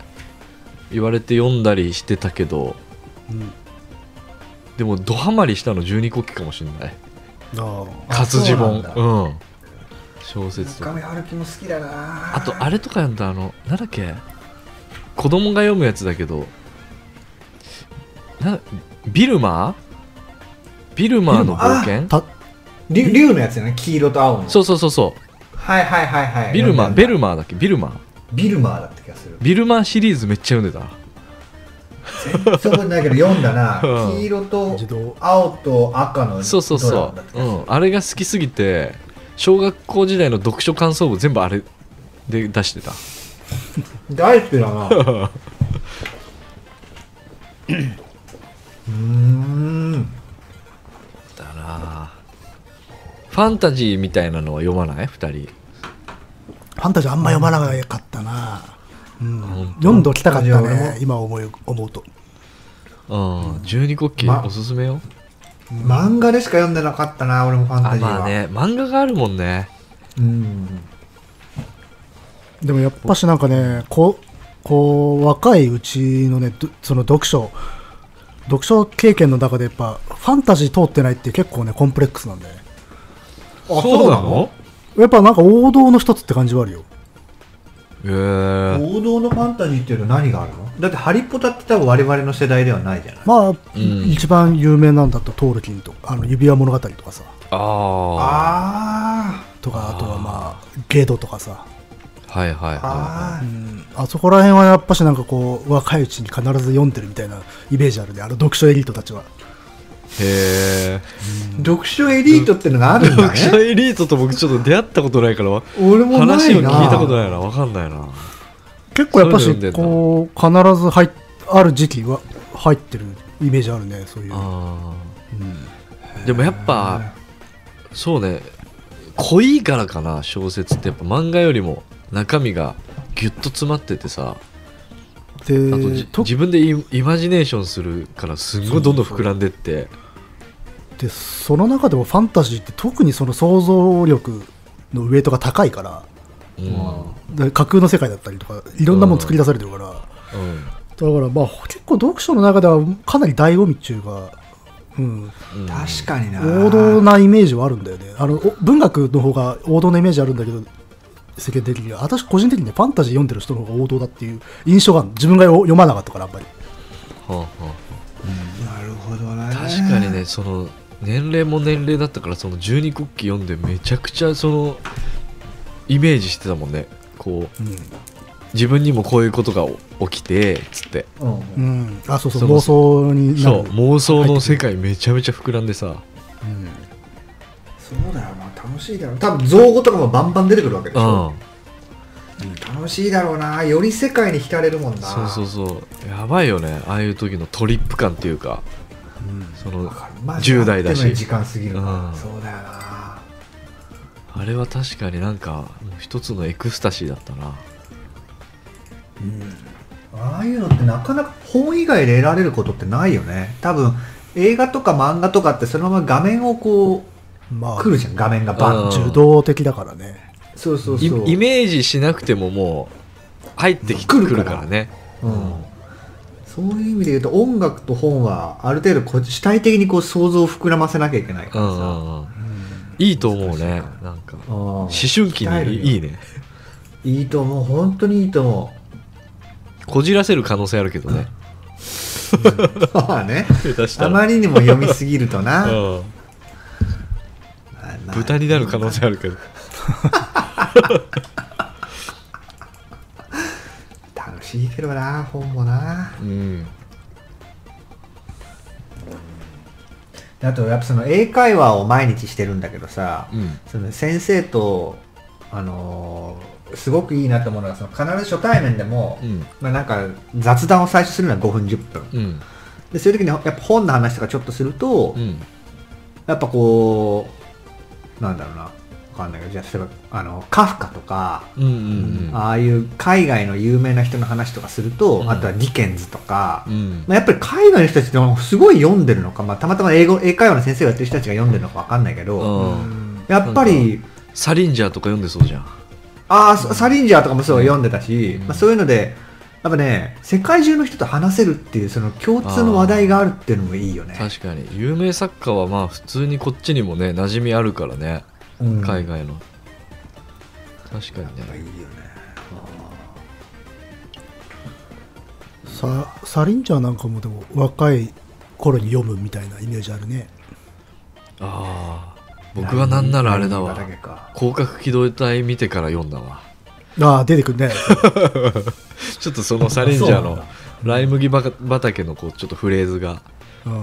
S1: 言われて読んだりしてたけど
S2: うん
S1: でもドハマりしたの十二国旗かもしれない
S2: ああ
S1: 活字本
S3: そうなんだ
S1: うん小説とか
S3: 中目春樹も好きだな
S1: あとあれとか読んだあのなんだっけ子供が読むやつだけどなビルマービルマーの冒険
S2: た
S3: 竜竜のやつよね黄色と青の
S1: そうそうそうそ
S3: はいはいはいは
S1: う
S3: い
S1: ビルマーベル
S3: マ
S1: マーだっけビルマー
S3: ビルマーだった気がする
S1: ビルマーシリーズめっちゃ読んでた
S3: 全然覚えてないけど読んだな
S1: うん
S3: 黄色と
S2: 自動
S3: 青と赤の
S1: そうそう
S3: ドラマ
S1: そ
S3: だった
S1: う、うん、あれが好きすぎて小学校時代の読書感想文全部あれで出してた
S3: 大好きだなうーん
S1: だなファンタジーみたいなのは読まない2人
S2: ファンタジーあんま読まなかったな、うん
S1: ん
S2: 読んどきたかっ
S3: ファ
S2: た
S3: ンタジーは俺
S2: ね
S3: も
S2: 今思い思うと
S1: うん十二国旗、
S3: ま
S1: おすすめよ
S3: 漫画でしか読んでなかったな俺もファンタ
S1: あ
S3: ジーは
S1: まあね漫画があるもんね
S3: うん
S2: でもやっぱしなんかねこうこう若いうちのねどその読書読書経験の中でやっぱファンタジー通ってないって結構ねコンプレックスなんでやっぱなんか王道の一つって感じはあるよ
S1: えー、
S3: 王道のファンタジーっていうのは何があるのだって「ハリポタ」って多分我々の世代ではないじゃない
S2: まあ、
S1: ん
S2: 一番有名なんだとトールキンとあの指輪物語とかさ
S1: あ
S3: あ
S2: とかあとはまあゲドとかさ、
S1: あはいはいはい
S3: ああ
S2: う
S3: ー
S2: ん、あそこら辺はやっぱしなんかこう若いうちに必ず読んでるみたいなイメージあるねあの読書エリートたちは
S1: へえ
S3: 読書エリートってのが あるんだ
S1: 読書
S3: ね
S1: エリートと僕ちょっと出会ったことないからわ
S3: 俺もないな
S1: 話を聞いたことないな分かんないな
S2: 結構やっぱ
S1: そ
S2: し
S1: ういうの読ん
S2: こう必ず入っある時期は入ってるイメージあるねそういう、
S1: あ
S2: うん
S1: ーでもやっぱそうね濃いからかな小説ってやっぱ漫画よりも中身がギュッと詰まっててさあと
S2: で
S1: じ
S2: と
S1: 自分でイイマジネーションするからすんごいどんどん膨らんでって
S2: でその中でもファンタジーって特にその想像力のウエイトが高いから
S1: うん
S2: で架空の世界だったりとかいろんなもの作り出されてるから、
S1: うん
S2: だからまあ結構読書の中ではかなり醍醐味っていうか、うん、
S1: うん
S3: 確かにな
S2: 王道なイメージはあるんだよねあのお文学の方が王道のイメージあるんだけど世間的には私個人的にねファンタジー読んでる人の方が王道だっていう印象がある自分がよ読まなかったからあんまり
S1: はあはあ
S3: なるほどね
S1: 確かにねその年齢も年齢だったからその十二国旗読んでめちゃくちゃそのイメージしてたもんねこう自分にもこういうことが起きてつって
S3: うん
S2: うん、うん、あそうそう
S1: その
S2: 妄想にな
S1: そ
S2: る
S1: う妄想の世界めちゃめちゃ膨らんでさ
S2: うん
S3: そうだよな楽しいだろう多分造語とかもバンバン出てくるわけでし
S1: う
S3: ょ
S1: ん
S3: 楽しいだろうなより世界に浸れるもんな
S1: そうそうそうやばいよねああいう時のトリップ感っていうかその
S3: わかるマジで
S1: 10代だ
S3: あっという間に
S1: し
S3: 時間過ぎるな
S1: うん
S3: そうだよな
S1: あれは確かになんかもう一つのエクスタシーだったな
S3: ああいうのってなかなか本以外で得られることってないよね多分映画とか漫画とかってそのまま画面をこ
S2: ま
S3: う
S2: あ
S3: 来るじゃん画面がバン
S1: うん
S2: 受動的だからね
S3: そうそう
S1: イ
S3: そう
S1: イメージしなくてももう入ってきてく
S3: 来るから
S1: るからね
S3: うんそういう意味で言うと音楽と本はある程度こう主体的にこう想像を膨らませなきゃいけないか
S1: う
S3: ら
S1: んう
S3: さ
S1: んうんいいと思うねなんか
S3: うん
S1: 思春期にいいね
S3: いいと思う本当にいいと思
S1: こじらせる可能性あるけどね
S3: うまあね
S1: 下手し
S3: あ
S1: た
S3: ま
S1: ら
S3: りにも読みすぎるとな、
S1: うん
S3: まあ
S1: 豚になる可能性あるけど
S3: 楽しいけどな本もな
S1: うん
S3: あとやっぱその英会話を毎日してるんだけどさ、
S1: うん
S3: その先生とあのーすごくいいなと思うのがその必ず初対面でも、
S1: うん
S3: まあ、なんか雑談を最初するのは5分10分
S1: うん
S3: でそういう時にやっぱ本の話とかちょっとすると、
S1: うん
S3: やっぱこうなんだろうなわかんないけどじゃあ例えばあのカフカとか、
S1: うんうん
S3: ああいう海外の有名な人の話とかすると、
S1: うん
S3: あとはディケンズとか、
S1: うん
S3: まあ、やっぱり海外の人たちってすごい読んでるのか、まあ、たまたま英語英会話の先生がやってる人たちが読んでるのかわかんないけど、
S1: うん
S3: やっぱり
S1: サリンジャーとか読んでそうじゃん
S3: ああサリンジャーとかもそう読んでたし、
S1: うん
S3: まあ、そういうのでやっぱね世界中の人と話せるっていうその共通の話題があるっていうのもいいよね、
S1: 確かに有名作家はまあ普通にこっちにもね馴染みあるからね
S3: うん
S1: 海外の確かに
S3: やっぱい
S1: ね
S3: いよね
S2: さサリンジャーなんかもでも若い頃に読むみたいなイメージあるね
S1: ああ僕はなんならあれだ
S3: 何
S1: わ
S3: 人かだけか
S1: 広角機動隊見てから読んだわ
S2: ああ、出てくるね。
S1: ちょっとそのサレンジャーのライ麦畑のこうちょっとフレーズが
S2: うん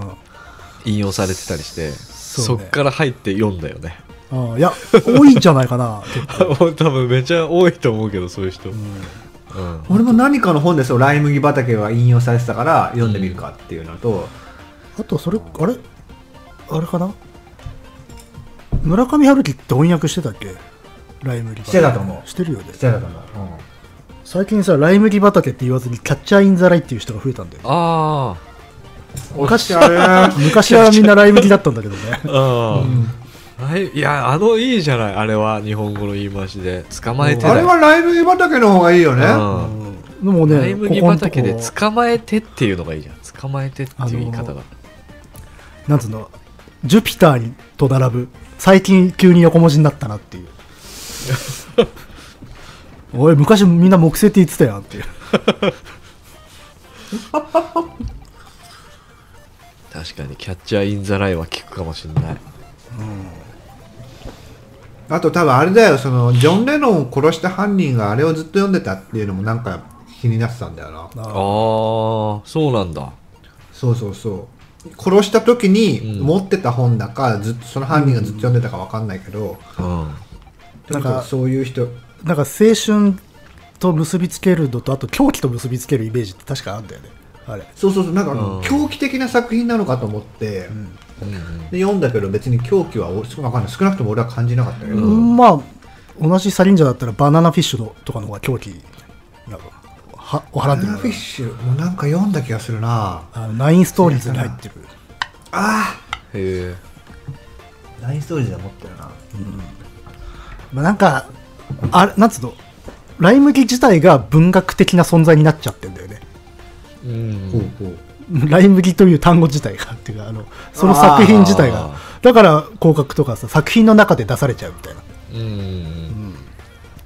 S1: 引用されてたりしてそ,、
S2: そうね
S1: っから入って読んだよね
S2: うん、いや、多いんじゃないかな。結構
S1: もう多分めちゃ多いと思うけどそういう人、うん
S3: 俺も何かの本でそうライ麦畑が引用されてたから読んでみるかっていうのと、
S2: あと、それ、あれあれかな村上春樹って翻訳してたっけライムリ
S3: してたと思う
S2: してるよね。
S3: してたと思う、
S2: 最近さ、ライムリ畑って言わずに、キャッチャーインザライっていう人が増えたんだよ。
S1: あ
S3: うん、おっしゃる
S2: 昔はみんなライムリだったんだけどね
S1: ー。あー、あいいやあのいいじゃないあれは日本語の言い回しで捕まえてだ
S3: あ
S1: よ
S3: れはライ麦畑の方がいいよ
S1: う
S3: ね、
S1: ん
S2: でもね、
S1: ライ麦
S2: ここのとこ
S1: 畑で捕まえてっていうのがいいじゃん捕まえてっていう言い方が、
S2: なんつうの、ジュピターにと並ぶ、最近急に横文字になったなっていう。おい、昔みんな木星って言ってたやんっていう。
S1: 確かにキャッチャーインザライは効くかもしれない
S3: あと多分あれだよそのジョン・レノンを殺した犯人があれをずっと読んでたっていうのもなんか気になってたんだよな
S1: ああーそうなんだ
S3: そうそうそう殺した時に
S1: うん
S3: 持ってた本だか、ずっとその犯人がずっと読んでたかわかんないけど、
S1: うん
S3: とにかくそういう人
S2: なんか青春と結びつけるのと、あと狂気と結びつけるイメージって確かあんだよね。あれ。
S3: そうそうそうなんか
S1: うん
S3: 狂気的な作品なのかと思って、で読んだけど別に狂気はおそうわかんない少なくとも俺は感じなかったけど、
S1: ん
S2: まあ、同じサリンジャーだったらバナナフィッシュのとかの方が狂気なんかは、お
S3: バ
S2: 払って
S3: ナ
S2: る
S3: ナ
S2: か
S3: フィッ
S2: ら
S3: シュもなんか読んだ気がするな
S2: あのナインストーリーズに入ってる。
S3: あ
S1: へえ
S3: あラインストーリーズは持ってるな
S2: まあ、なんか、あれ、なんつうの、ライムギ自体が文学的な存在になっちゃってんだよね。
S1: うん
S3: ほうほう
S2: ライ麦という単語自体がっていうかあのその作品自体が
S1: あ
S2: だから広角とかさ作品の中で出されちゃうみたいな
S1: うん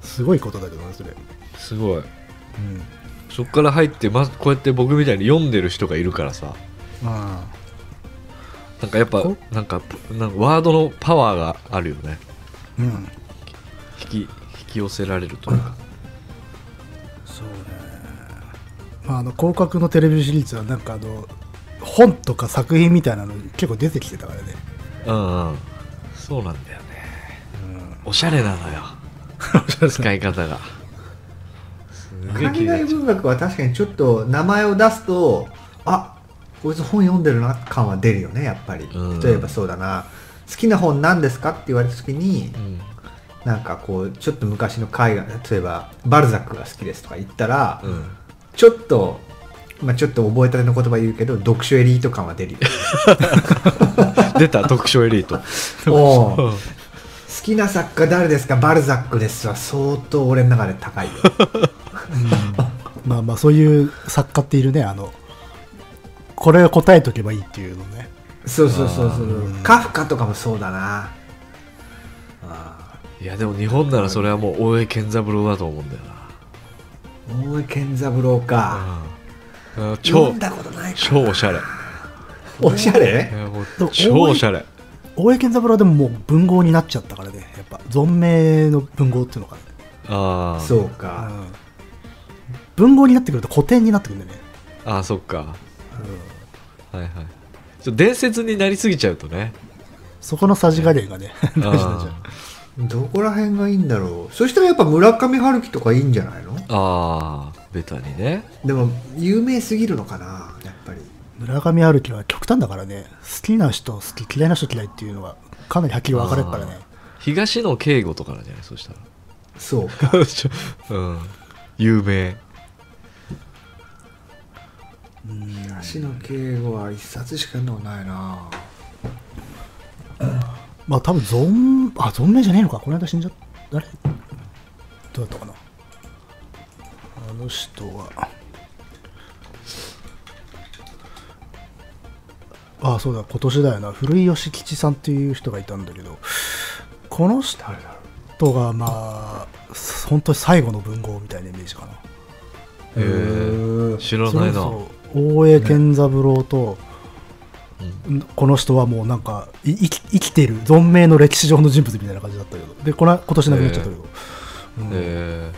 S2: すごいことだけどねそれ、
S1: すごいそっから入ってまずこうやって僕みたいに読んでる人がいるからさ
S2: あ
S1: なんかやっぱ
S2: こ
S1: なんかなんかワードのパワーがあるよね
S2: ーうん
S1: 引き引き寄せられるというか
S2: そうね、まあ、あの広角のテレビシリーズはなんかあの本とか作品みたいなの結構出てきてたからね
S1: うんうんそうなんだよね、おしゃれなの よ使い方がすげえ気
S3: 海
S1: になっち
S3: 外
S1: ゃう
S3: 文学は確かにちょっと名前を出すとあこいつ本読んでるな感は出るよねやっぱり、
S1: うん
S3: 例えばそうだな好きな本何ですかって言われた時に
S1: うん
S3: なんかこうちょっと昔の絵画例えばバルザックが好きですとか言ったら、
S1: うん
S3: ちょっとまあちょっと覚えたての言葉言うけど読書エリート感は出る よね
S1: 出た特賞エリート
S3: おう好
S1: うん
S3: きな作家誰ですかバルザックですは相当俺の中で 高いよ
S2: まあまあそういう作家っているねあのこれを答えとけばいいっていうのね
S3: そうそうそうそうカフカとかもそうだなあー
S1: いやでも日本ならそれはもう大江健三郎だと思うんだよな
S3: 大江健三郎か
S1: うんうん
S3: 読
S1: 超
S3: んだことないか
S1: 超おしゃれ
S3: おしゃれ
S1: いやもう
S2: でも
S1: 超おしゃれ
S2: 大江健三郎はでももう文豪になっちゃったからねやっぱ存命の文豪っていうのかね
S1: あー
S3: そうか
S2: 文豪になってくると古典になってくるんだよね
S1: あーそっか、はいはいちょ伝説になりすぎちゃうと ね
S2: そこのさじ加減がね 大事なんじゃん
S3: どこら辺がいいんだろうそしたらやっぱ村上春樹とかいいんじゃないの
S1: あーベタにね
S3: でも有名すぎるのかなやっぱり
S2: 村上春樹は極端だからね好きな人好き嫌いな人嫌いっていうのはかなりはっきり分かれるからね
S1: あー東野圭吾とかなんじゃないそした
S3: そうか
S1: らちょ うん有名
S3: 東野圭吾は一冊しか読んだことないな
S2: まあ多分存あ存命じゃねえのかこの間死んじゃったあれどうだったかなあの人はあそうだ今年だよな古井義吉さんっていう人がいたんだけどこの人
S3: 誰だろ
S2: がまあ本当に最後の文豪みたいなイメージかな
S1: へ
S3: う
S1: え知らないな
S2: それこそ大江健三郎と、この人はもうなんかい生き生きている存命の歴史上の人物みたいな感じだったけどでこの今年亡くなっちゃったけど、うん
S1: え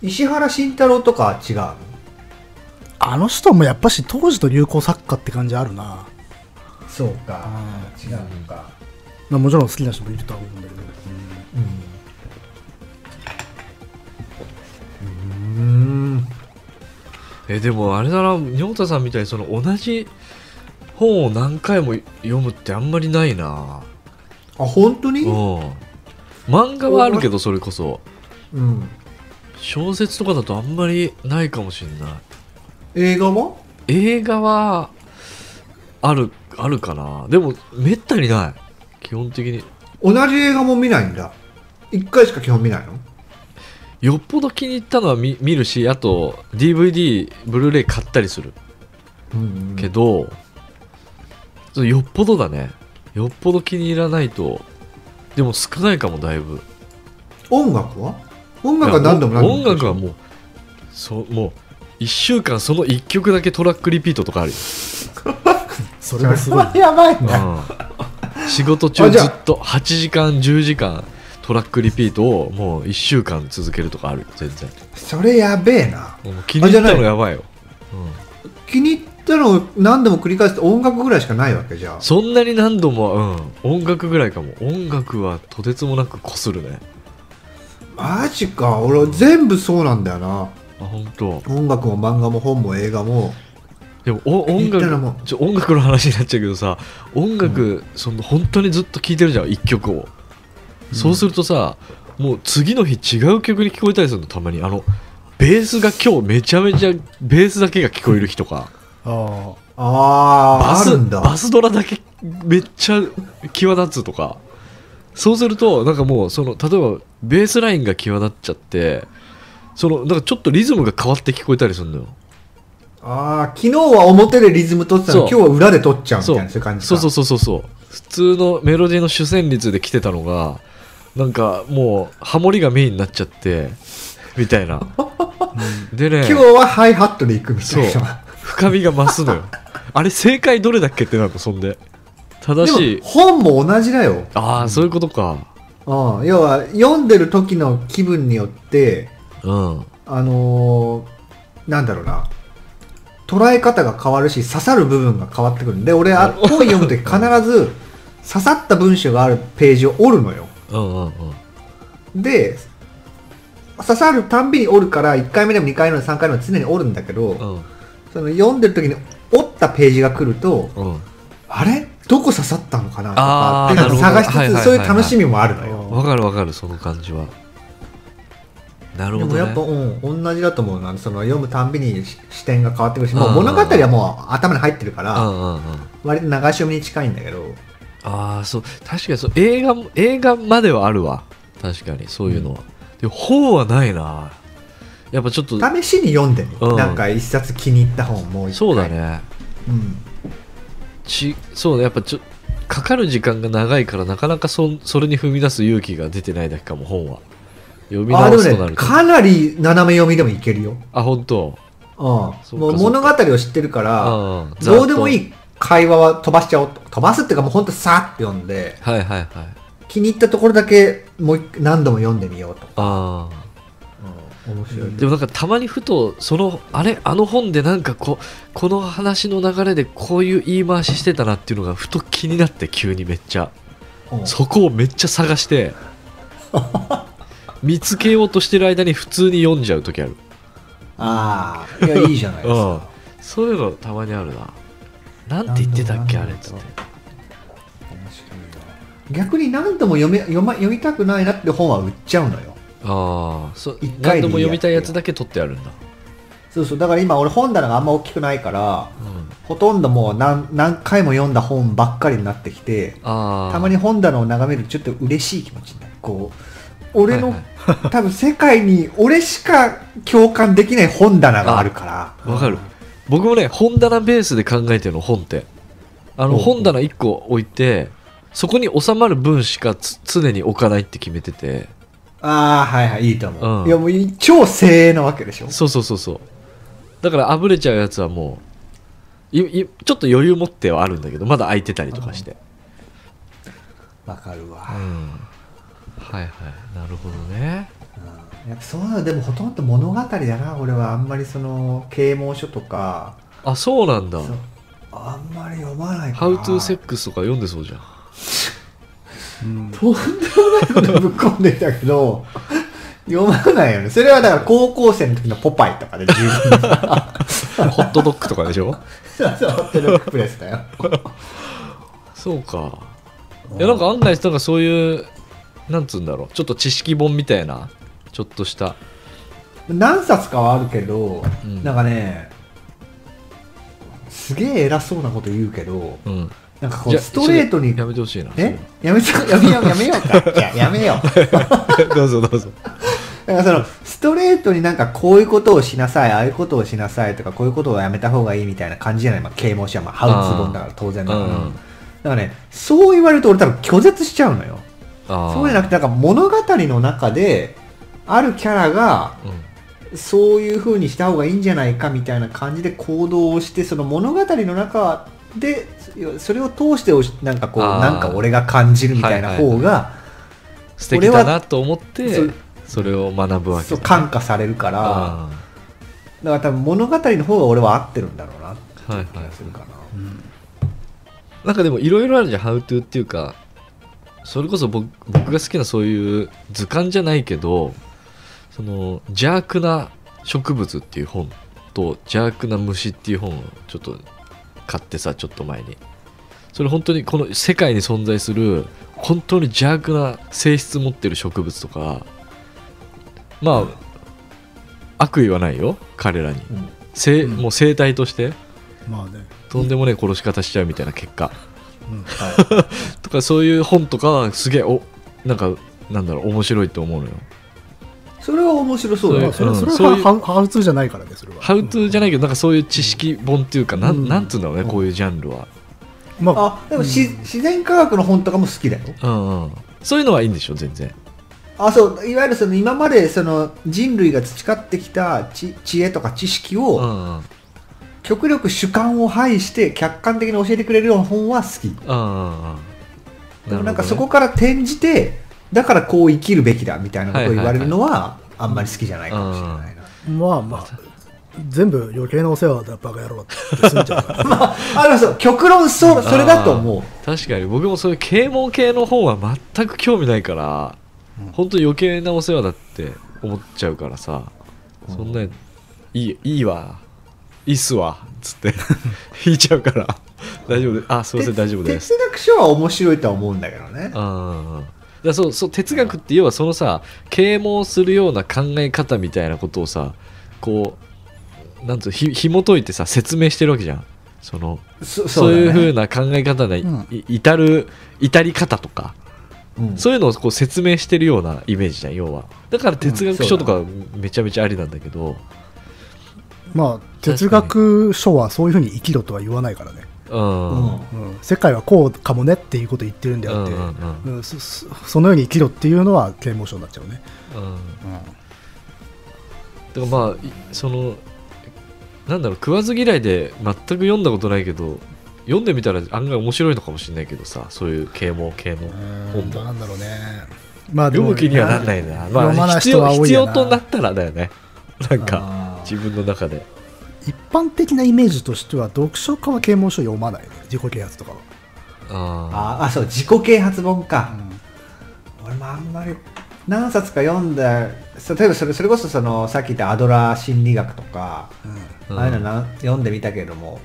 S3: 石原慎太郎とかは違うの
S2: あの人もやっぱし当時と流行作家って感じあるな、
S3: そうか違うのか
S2: まあ、もちろん好きな人もいるとは思うんだけど、
S3: うんん
S1: えでもあれだな仁太さんみたいにその同じ本を何回も読むってあんまりないな
S3: あ本当に
S1: うん漫画はあるけどそれこそ
S3: うん
S1: 小説とかだとあんまりないかもしんない
S3: 映画も
S1: 映画はあるあるかなでもめったにない基本的に
S3: 同じ映画も見ないんだ一回しか基本見ないの
S1: よっぽど気に入ったのは見見るしあと DVD ブルーレイ買ったりする
S3: うん
S1: けど、そうよっぽどだねよっぽど気に入らないとでも少ないかもだいぶ
S3: 音楽は音楽は何度も何度も
S1: 音楽はもうそうもう1週間その1曲だけトラックリピートとかあるよ、
S2: そ
S3: そ
S2: れ
S3: れ
S2: がすごい
S3: はやばいな
S1: うん仕事中
S3: あじゃ
S1: ず
S3: あ
S1: っと8時間10時間トラックリピートをもう1週間続けるとかあるよ全然
S3: それやべえな
S1: もう気に入ったのやばいようん
S3: 気に入ったのを何度も繰り返すと音楽ぐらいしかないわけじゃあ
S1: そんなに何度も、うん、音楽ぐらいかも音楽はとてつもなくこするね
S3: マジか俺全部そうなんだよな
S1: あ本当。
S3: 音楽も漫画も本も映画も
S1: でもお音
S3: 言ったらも
S1: 楽ちょ音楽の話になっちゃうけどさ音楽、その本当にずっと聴いてるじゃん一曲を、そうするとさもう次の日違う曲に聞こえたりするのたまにあのベースが今日めちゃめちゃベースだけが聞こえる日とか
S2: あ
S3: あ
S1: バ
S3: ああ
S1: ス
S3: るんだ
S1: バスドラだけめっちゃ際立つとかそうするとなんかもうその例えばベースラインが際立っちゃってそのなんかちょっとリズムが変わって聞こえたりするのよ
S3: ああ昨日は表でリズム取ってたの
S1: そう
S3: 今日は裏で取っちゃうみた
S1: そ
S3: いうなそういう感じ
S1: そう
S3: か
S1: そうそうそうそう普通のメロディーの主旋律で来てたのがなんかもうハモリがメインになっちゃってみたい なでね
S3: 今日はハイハットで行くみた
S1: そう
S3: いな
S1: 深みが増すのよあれ正解どれだっけってなるのそんで正し
S3: でも
S1: い
S3: 本も同じだよ、
S1: ああそういうことか
S3: うん、要は読んでる時の気分によって
S1: うん
S3: あのーなんだろうな捉え方が変わるし刺さる部分が変わってくるんで俺あ本読む時必ず刺さった文章があるページを折るのよ
S1: うんうんうん
S3: で刺さるたんびに折るから1回目でも2回目でも3回目でも常に折るんだけど、
S1: うん
S3: その読んでる時に折ったページが来ると
S1: うん
S3: あれどこ刺さったのかなと
S1: あ
S3: か
S1: ー
S3: っていうのを
S1: なるほ
S3: 探し
S1: ど
S3: つつ、
S1: はいはいはいはい
S3: そういう楽しみもあるのよ、
S1: わかるわかるその感じはなる
S3: で
S1: ほ
S3: も
S1: ど
S3: やっぱ、
S1: ね
S3: うん、同じだと思うなその読むたんびにし視点が変わってくるし、もう
S1: うん
S3: 物語はもう頭に入ってるか
S1: う
S3: ら、
S1: んうんうん
S3: 割と流し読みに近いんだけど
S1: ああそう確かにそう映画も映画まではあるわ確かにそういうのは、でも本はないなやっぱちょっと
S3: 試しに読んでみ、
S1: うん
S3: なんか一冊気に入った本もう一回
S1: そうだ、ね
S3: うん、
S1: ちそうねやっぱちょかかる時間が長いからなかなかそそれに踏み出す勇気が出てないだけかも本は読み
S3: あで
S1: 直
S3: も
S1: すとな
S3: ね
S1: ると
S3: かなり斜め読みでもいけるよ、
S1: あ本当
S3: うん、
S1: そうか
S3: もう物語を知ってるから
S1: ああ
S3: どうでもい
S1: い
S3: い会話は飛ばしちゃおうと飛ばすっていうかもうほんとさーって読んで
S1: はいはいはい
S3: 気に入ったところだけもう一何度も読んでみようと、
S1: ああ
S3: うん、面白い、
S1: でもなんかたまにふとそのあれあの本でなんかここの話の流れでこういう言い回ししてたなっていうのがふと気になって急にめっちゃ
S3: うん
S1: そこをめっちゃ探して 見つけようとしてる間に普通に読んじゃう時ある
S3: ああいやいいじゃないです
S1: うん
S3: か
S1: そういうのたまにあるななんて言ってたっけあ
S3: なん
S1: れ
S3: だ
S1: っ
S3: ろ
S1: つっ
S3: う
S1: て
S3: 逆に何度も読め読,、ま、読みたくないなって本は売っちゃうのよ
S1: ああそう
S3: 一
S1: 何度
S3: 回でいいや
S1: も読みたいやつだけ取ってあるんだ
S3: そうそうだから今俺本棚があんま大きくないから
S1: うん
S3: ほとんどもう何何回も読んだ本ばっかりになってきて
S1: ああ
S3: たまに本棚を眺めるとちょっと嬉しい気持ちになるこう俺の、
S1: はい
S3: 多分世界に俺しか共感できない本棚があるから
S1: わかる僕もね本棚ベースで考えてるの本ってあ
S3: お
S1: の
S3: うおう
S1: 本棚1個置いてそこに収まる分しかつ常に置かないって決めてて
S3: ああはいはいいいと思う、
S1: うん
S3: いやもうい超精鋭なわけでしょ
S1: そうそうそうそうだからあぶれちゃうやつはもういいちょっと余裕持ってはあるんだけどまだ空いてたりとかして
S3: わかるわ、
S1: うんはいはいなるほどね
S3: うんやっぱそうなのでもほとんど物語だな俺はあんまりその啓蒙書とか
S1: あそうなんだ
S3: そうあんまり読まな
S1: 「
S3: いか
S1: ハ
S3: ら
S1: ウトゥーセックス」とか読んでそうじゃん
S2: うん
S3: とんでもないことぶっ込んでたけど、 読まないよね。それはだから高校生の時のポパイとかで十分。
S1: ホットドッグとかでしょ
S3: そうそう、ホテルプレスだよ。
S1: そうかいやなんか案外なんかそういうなんつうんだろうちょっと知識本みたいなちょっとした
S3: 何冊かはあるけど、
S1: うん
S3: なんかね、すげえ偉そうなこと言うけど、
S1: うん
S3: なんかこうストレートに
S1: や、めてほしいな
S3: えやめちゃやめよう、やめようか。いや、やめよう。
S1: そう どうぞどうぞ
S3: なんかそのストレートになんかこういうことをしなさいああいうことをしなさいとかこういうことはやめた方がいいみたいな感じじゃない、まあ、啓蒙書はまあハウツ本だから当然だから、
S1: うん
S3: だからねそう言われると俺多分拒絶しちゃうのよ
S1: あー
S3: そうじゃなくてなんか物語の中であるキャラが
S1: うん
S3: そういう風にした方がいいんじゃないかみたいな感じで行動をしてその物語の中でそれを通しておしなんかこう
S1: あー
S3: なんか俺が感じるみたいな方が、
S1: はいはい素敵だなと思って
S3: そう
S1: それを学ぶわけ
S3: そう
S1: だ
S3: 感化されるから。
S1: あ
S3: だから多分物語の方が俺は合ってるんだろうなって
S1: はいはい
S3: 気がするかな、
S2: うん
S1: ーなんかでもいろいろあるじゃん「ハウトゥー」っていうかそれこそ僕僕が好きなそういう図鑑じゃないけどその「邪悪な植物」っていう本と「邪悪な虫」っていう本をちょっと買ってさちょっと前にそれ本当にこの世界に存在する本当に邪悪な性質持ってる植物とかまあ悪意はないよ彼らに
S3: うん
S1: せい
S2: うん
S1: もう生態として
S2: まあね、
S1: とんでもねえ殺し方しちゃうみたいな結果
S2: うん、
S3: はい
S1: とかそういう本とかはすげえおなんかなんだろう面白いと思うのよ
S3: それは面白そうだ
S2: ま
S3: よ
S2: あそれ
S1: う
S2: は
S1: ん
S2: それ
S1: そういう
S2: はハウハウツーじゃないからねそれは
S1: ハウトゥーじゃないけどなんかそういう知識本っていうかなん,、
S2: うん
S1: なんつうんだろうね、
S2: うん
S1: こういうジャンルは
S2: まあ
S3: あでもし、
S2: うん
S3: 自然科学の本とかも好きだよ
S1: うんうんそういうのはいいんでしょ全然
S3: あそういわゆるその今までその人類が培ってきた知知恵とか知識
S1: う
S3: を
S1: んうん
S3: 極力主観を排して客観的に教えてくれるような本は好
S1: う
S3: き
S1: んうんうん
S3: でもなんか
S1: る
S3: そ
S1: ほど
S3: こ
S1: ね
S3: から転じてだからこう生きるべきだみたいなことを言われるのはあんまり好きじゃないかもしれないな、
S2: まあまあ全部余計なお世話だバカ野郎って済んじゃうから
S3: まああのそう極論そうそれだと思う
S1: 確かに僕もそういう啓蒙系の本は全く興味ないから、
S2: うん
S1: 本当余計なお世話だって思っちゃうからさ、
S3: うん
S1: そんなんいいいいわいいっすわっつって 引いちゃうから大丈夫であすいません大丈夫です
S3: 哲学書は面白いとは思うんだけどね
S1: うんだからそうそう哲学って要はそのさ啓蒙するような考え方みたいなことをさこうなんつうのひ紐解いてさ説明してるわけじゃんその
S3: そ
S1: そう,、いうふう
S3: う
S1: な考え方で、
S2: うん
S1: い至る至り方とか
S3: だねうん
S1: そういうのをこう説明してるようなイメージじゃん要はだから哲学書とかめちゃめちゃありなんだけど、
S2: まあ哲学書はそういうふうに生きろとは言わないからね、
S1: うん
S3: うん
S2: うん、世界はこうかもねっていうことを言ってるんであって、
S1: うんうん
S2: うんそそそのように生きろっていうのは啓蒙書になっちゃうね、
S1: うん
S2: うん
S1: だからまあいそのなんだろう食わず嫌いで全く読んだことないけど読んでみたら案外面白いのかもしれないけどさそういう啓蒙系の本
S2: ど
S1: も
S2: うなんだろうねまあで
S1: 読
S2: も
S1: む気にはなんないな、ま
S2: 読ま
S1: あ、
S2: ない
S1: 必
S2: 人
S1: 要
S2: は多い
S1: 必
S2: よ
S1: 要
S2: な
S1: となったらだよねなんか
S3: あー
S1: 自分の中で
S2: 一般的なイメージとしては読書家は啓蒙書読まないね自己啓発とかは、
S1: あ
S3: あーあそう自己啓発本
S2: う
S3: か、
S2: ん
S3: 俺もあんまり何冊か読んだそう例えばそれそれこそそのさっき言ったアドラー心理学とか、
S1: うん
S3: ああいうのな読んでみたけども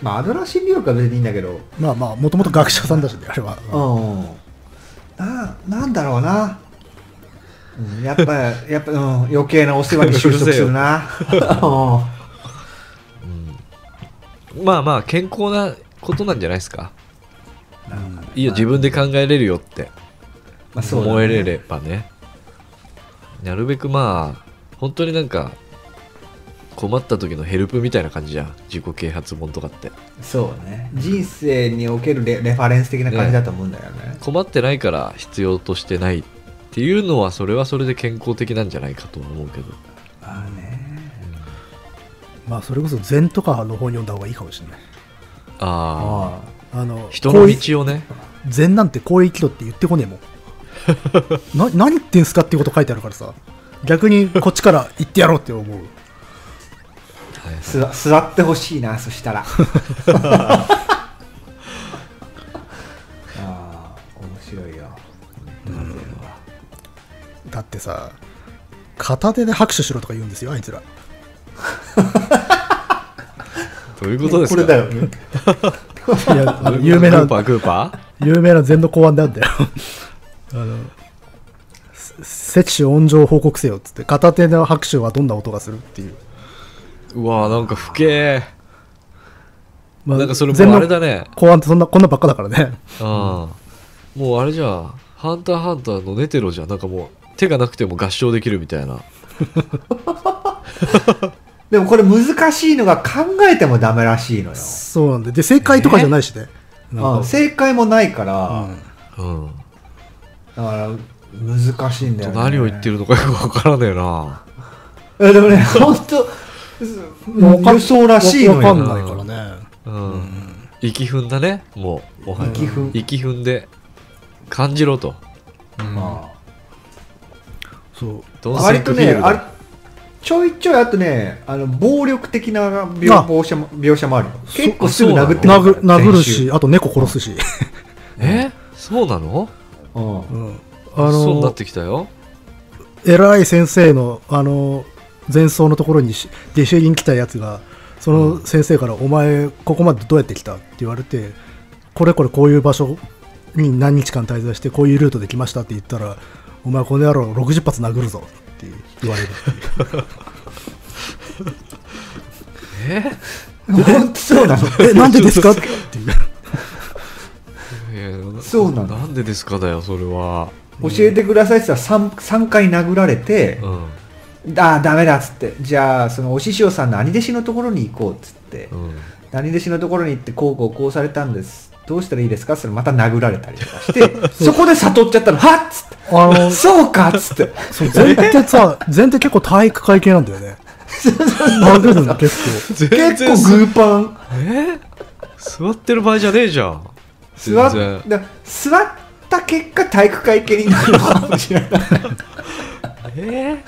S3: まあアドラー心理学は別にいいんだけど
S2: まあまあもともと学者さんだしねあれは、
S3: うん、ななんだろうなうんやっぱ やっぱ、うん、余計なお世話に収束する なうん
S1: ーまあまあ健康なことなんじゃないですか
S2: うん
S1: いいよ自分で考えれるよって
S3: まあそうだね
S1: 思えればねなるべくまあ本当になんか困った時のヘルプみたいな感じじゃん自己啓発本とかって
S3: そうね人生におけるレレファレンス的な感じだと思うんだよね
S1: 困ってないから必要としてないっていうのはそれはそれで健康的なんじゃないかとは思うけど
S3: まあね
S2: まあそれこそ禅とかの本読んだ方がいいかもしれない
S1: ああ
S3: あ
S2: あの
S1: 人
S2: こ
S1: の
S2: うい
S1: 道をね
S2: 禅なんてこう生きろって言ってこねえもんな何言ってんすかっていうこと書いてあるからさ
S3: あ
S2: 逆にこっちから行ってやろうって思う
S3: す座ってほしいなそしたらああ面白いよネットカズヤは
S2: だってさ片手で拍手しろとか言うんですよあいつら
S1: どういうことですか
S3: これだよね
S2: いや あの
S1: どういうこと
S2: 有名
S1: グ
S2: な
S1: ーパーグーパ
S2: 有名な全土公安なんだよ あのせ摂取温情報告せよっつって片手の拍手はどんな音がするっていう、
S1: ーうわーなんか不敬
S2: ま
S1: なんかそれ
S2: 全
S1: もう
S2: 土
S1: あれだね
S2: 公安ってそんなこんなばっかだからね
S1: ああもうあれじゃん「ハンターハンター」のネテロじゃんなんかもう手がなくても合唱できるみたいな
S3: でもこれ難しいのが考えてもダメらしいのよ
S2: そうなんでで正解とかじゃないしねなん
S3: あ
S2: か
S3: 正解もないから、
S2: う
S1: う
S2: ん
S1: ん
S3: だから難しいんだよ、ね、
S1: 何を言って
S3: る
S1: るのかよくわからねえな
S3: でもね本当
S2: わかん
S3: 予想らしいの
S2: わか
S3: よ
S2: んないからね
S1: うん息踏んだねもうもはや
S3: 息踏み
S1: 息踏んで感じろと
S3: ま
S2: そう
S1: ドン
S3: あ
S1: セ
S3: 割
S1: ンク
S3: と
S1: フィー
S3: ね
S1: ル
S3: あれ
S1: ド
S3: ちょいちょいあとねあの暴力的な描
S2: あ
S3: 描写も描写もあるよ
S2: そ
S3: 結構すぐ殴って
S1: あ
S2: 殴殴る、
S3: 先週
S2: しあと猫殺すし、
S1: えそうなの
S3: うん、
S2: うん、 あ
S1: そうになっ
S2: の
S1: てきたよ
S2: 偉い先生のあの前奏のところにし弟子入りに来たやつがその先生から「お前ここまでどうやって来た?」って言われて「これこれこういう場所に何日間滞在してこういうルートで来ました」って言ったら「お前この野郎60発殴るぞ」って言わ れる
S1: え
S3: 本当そうなの
S2: 「えなんでで すか?」っていう
S1: いや
S3: そうなの
S1: なんでですかだよそれは
S3: 教えてくださいって言ったら 3, 3回殴られて
S1: う、ん
S3: ああダメだっつってじゃあそのお師匠さんの兄弟子のところに行こうっつって、
S1: うん
S3: 兄弟子のところに行ってこうこうこうされたんですどうしたらいいですかそれまた殴られたりとかしてそこで悟っちゃったのはっつって
S2: あの
S3: そうかっつって
S2: そう前提さ前提結構体育会系なんだよね殴るの結構
S1: 全
S3: 結
S1: 然
S3: 構グーパン
S1: え座ってる場合じゃねえじゃん
S3: 座
S1: 全
S3: っ
S1: 然
S3: だ座った結果体育会系になるのかも しれない、
S1: え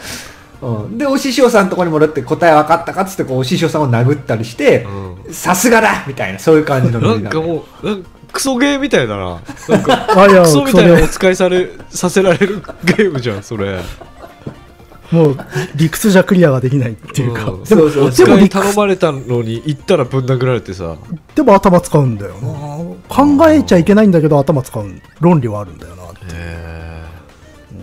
S3: うん、でお師匠さんのところに戻って答え分かったかっつってこうお師匠さんを殴ったりして
S1: う
S3: さすがだみたいなそういう感じのノ
S1: な
S3: リ
S1: ん
S3: な
S1: か
S3: の
S1: もうなんかクソゲーみたいだななんか
S2: あいや
S1: クソみたいなお
S2: それ
S1: 使いされさせられるゲームじゃんそれ
S2: もう理屈じゃクリアができないっていうか、
S1: うん
S2: でも
S3: そうそう
S1: お
S2: でも
S1: 使い
S2: 理
S1: 頼まれたのに行ったらぶん殴られてさ
S2: でも頭使うんだよな考えちゃいけないんだけど頭使う論理はあるんだよな
S1: へ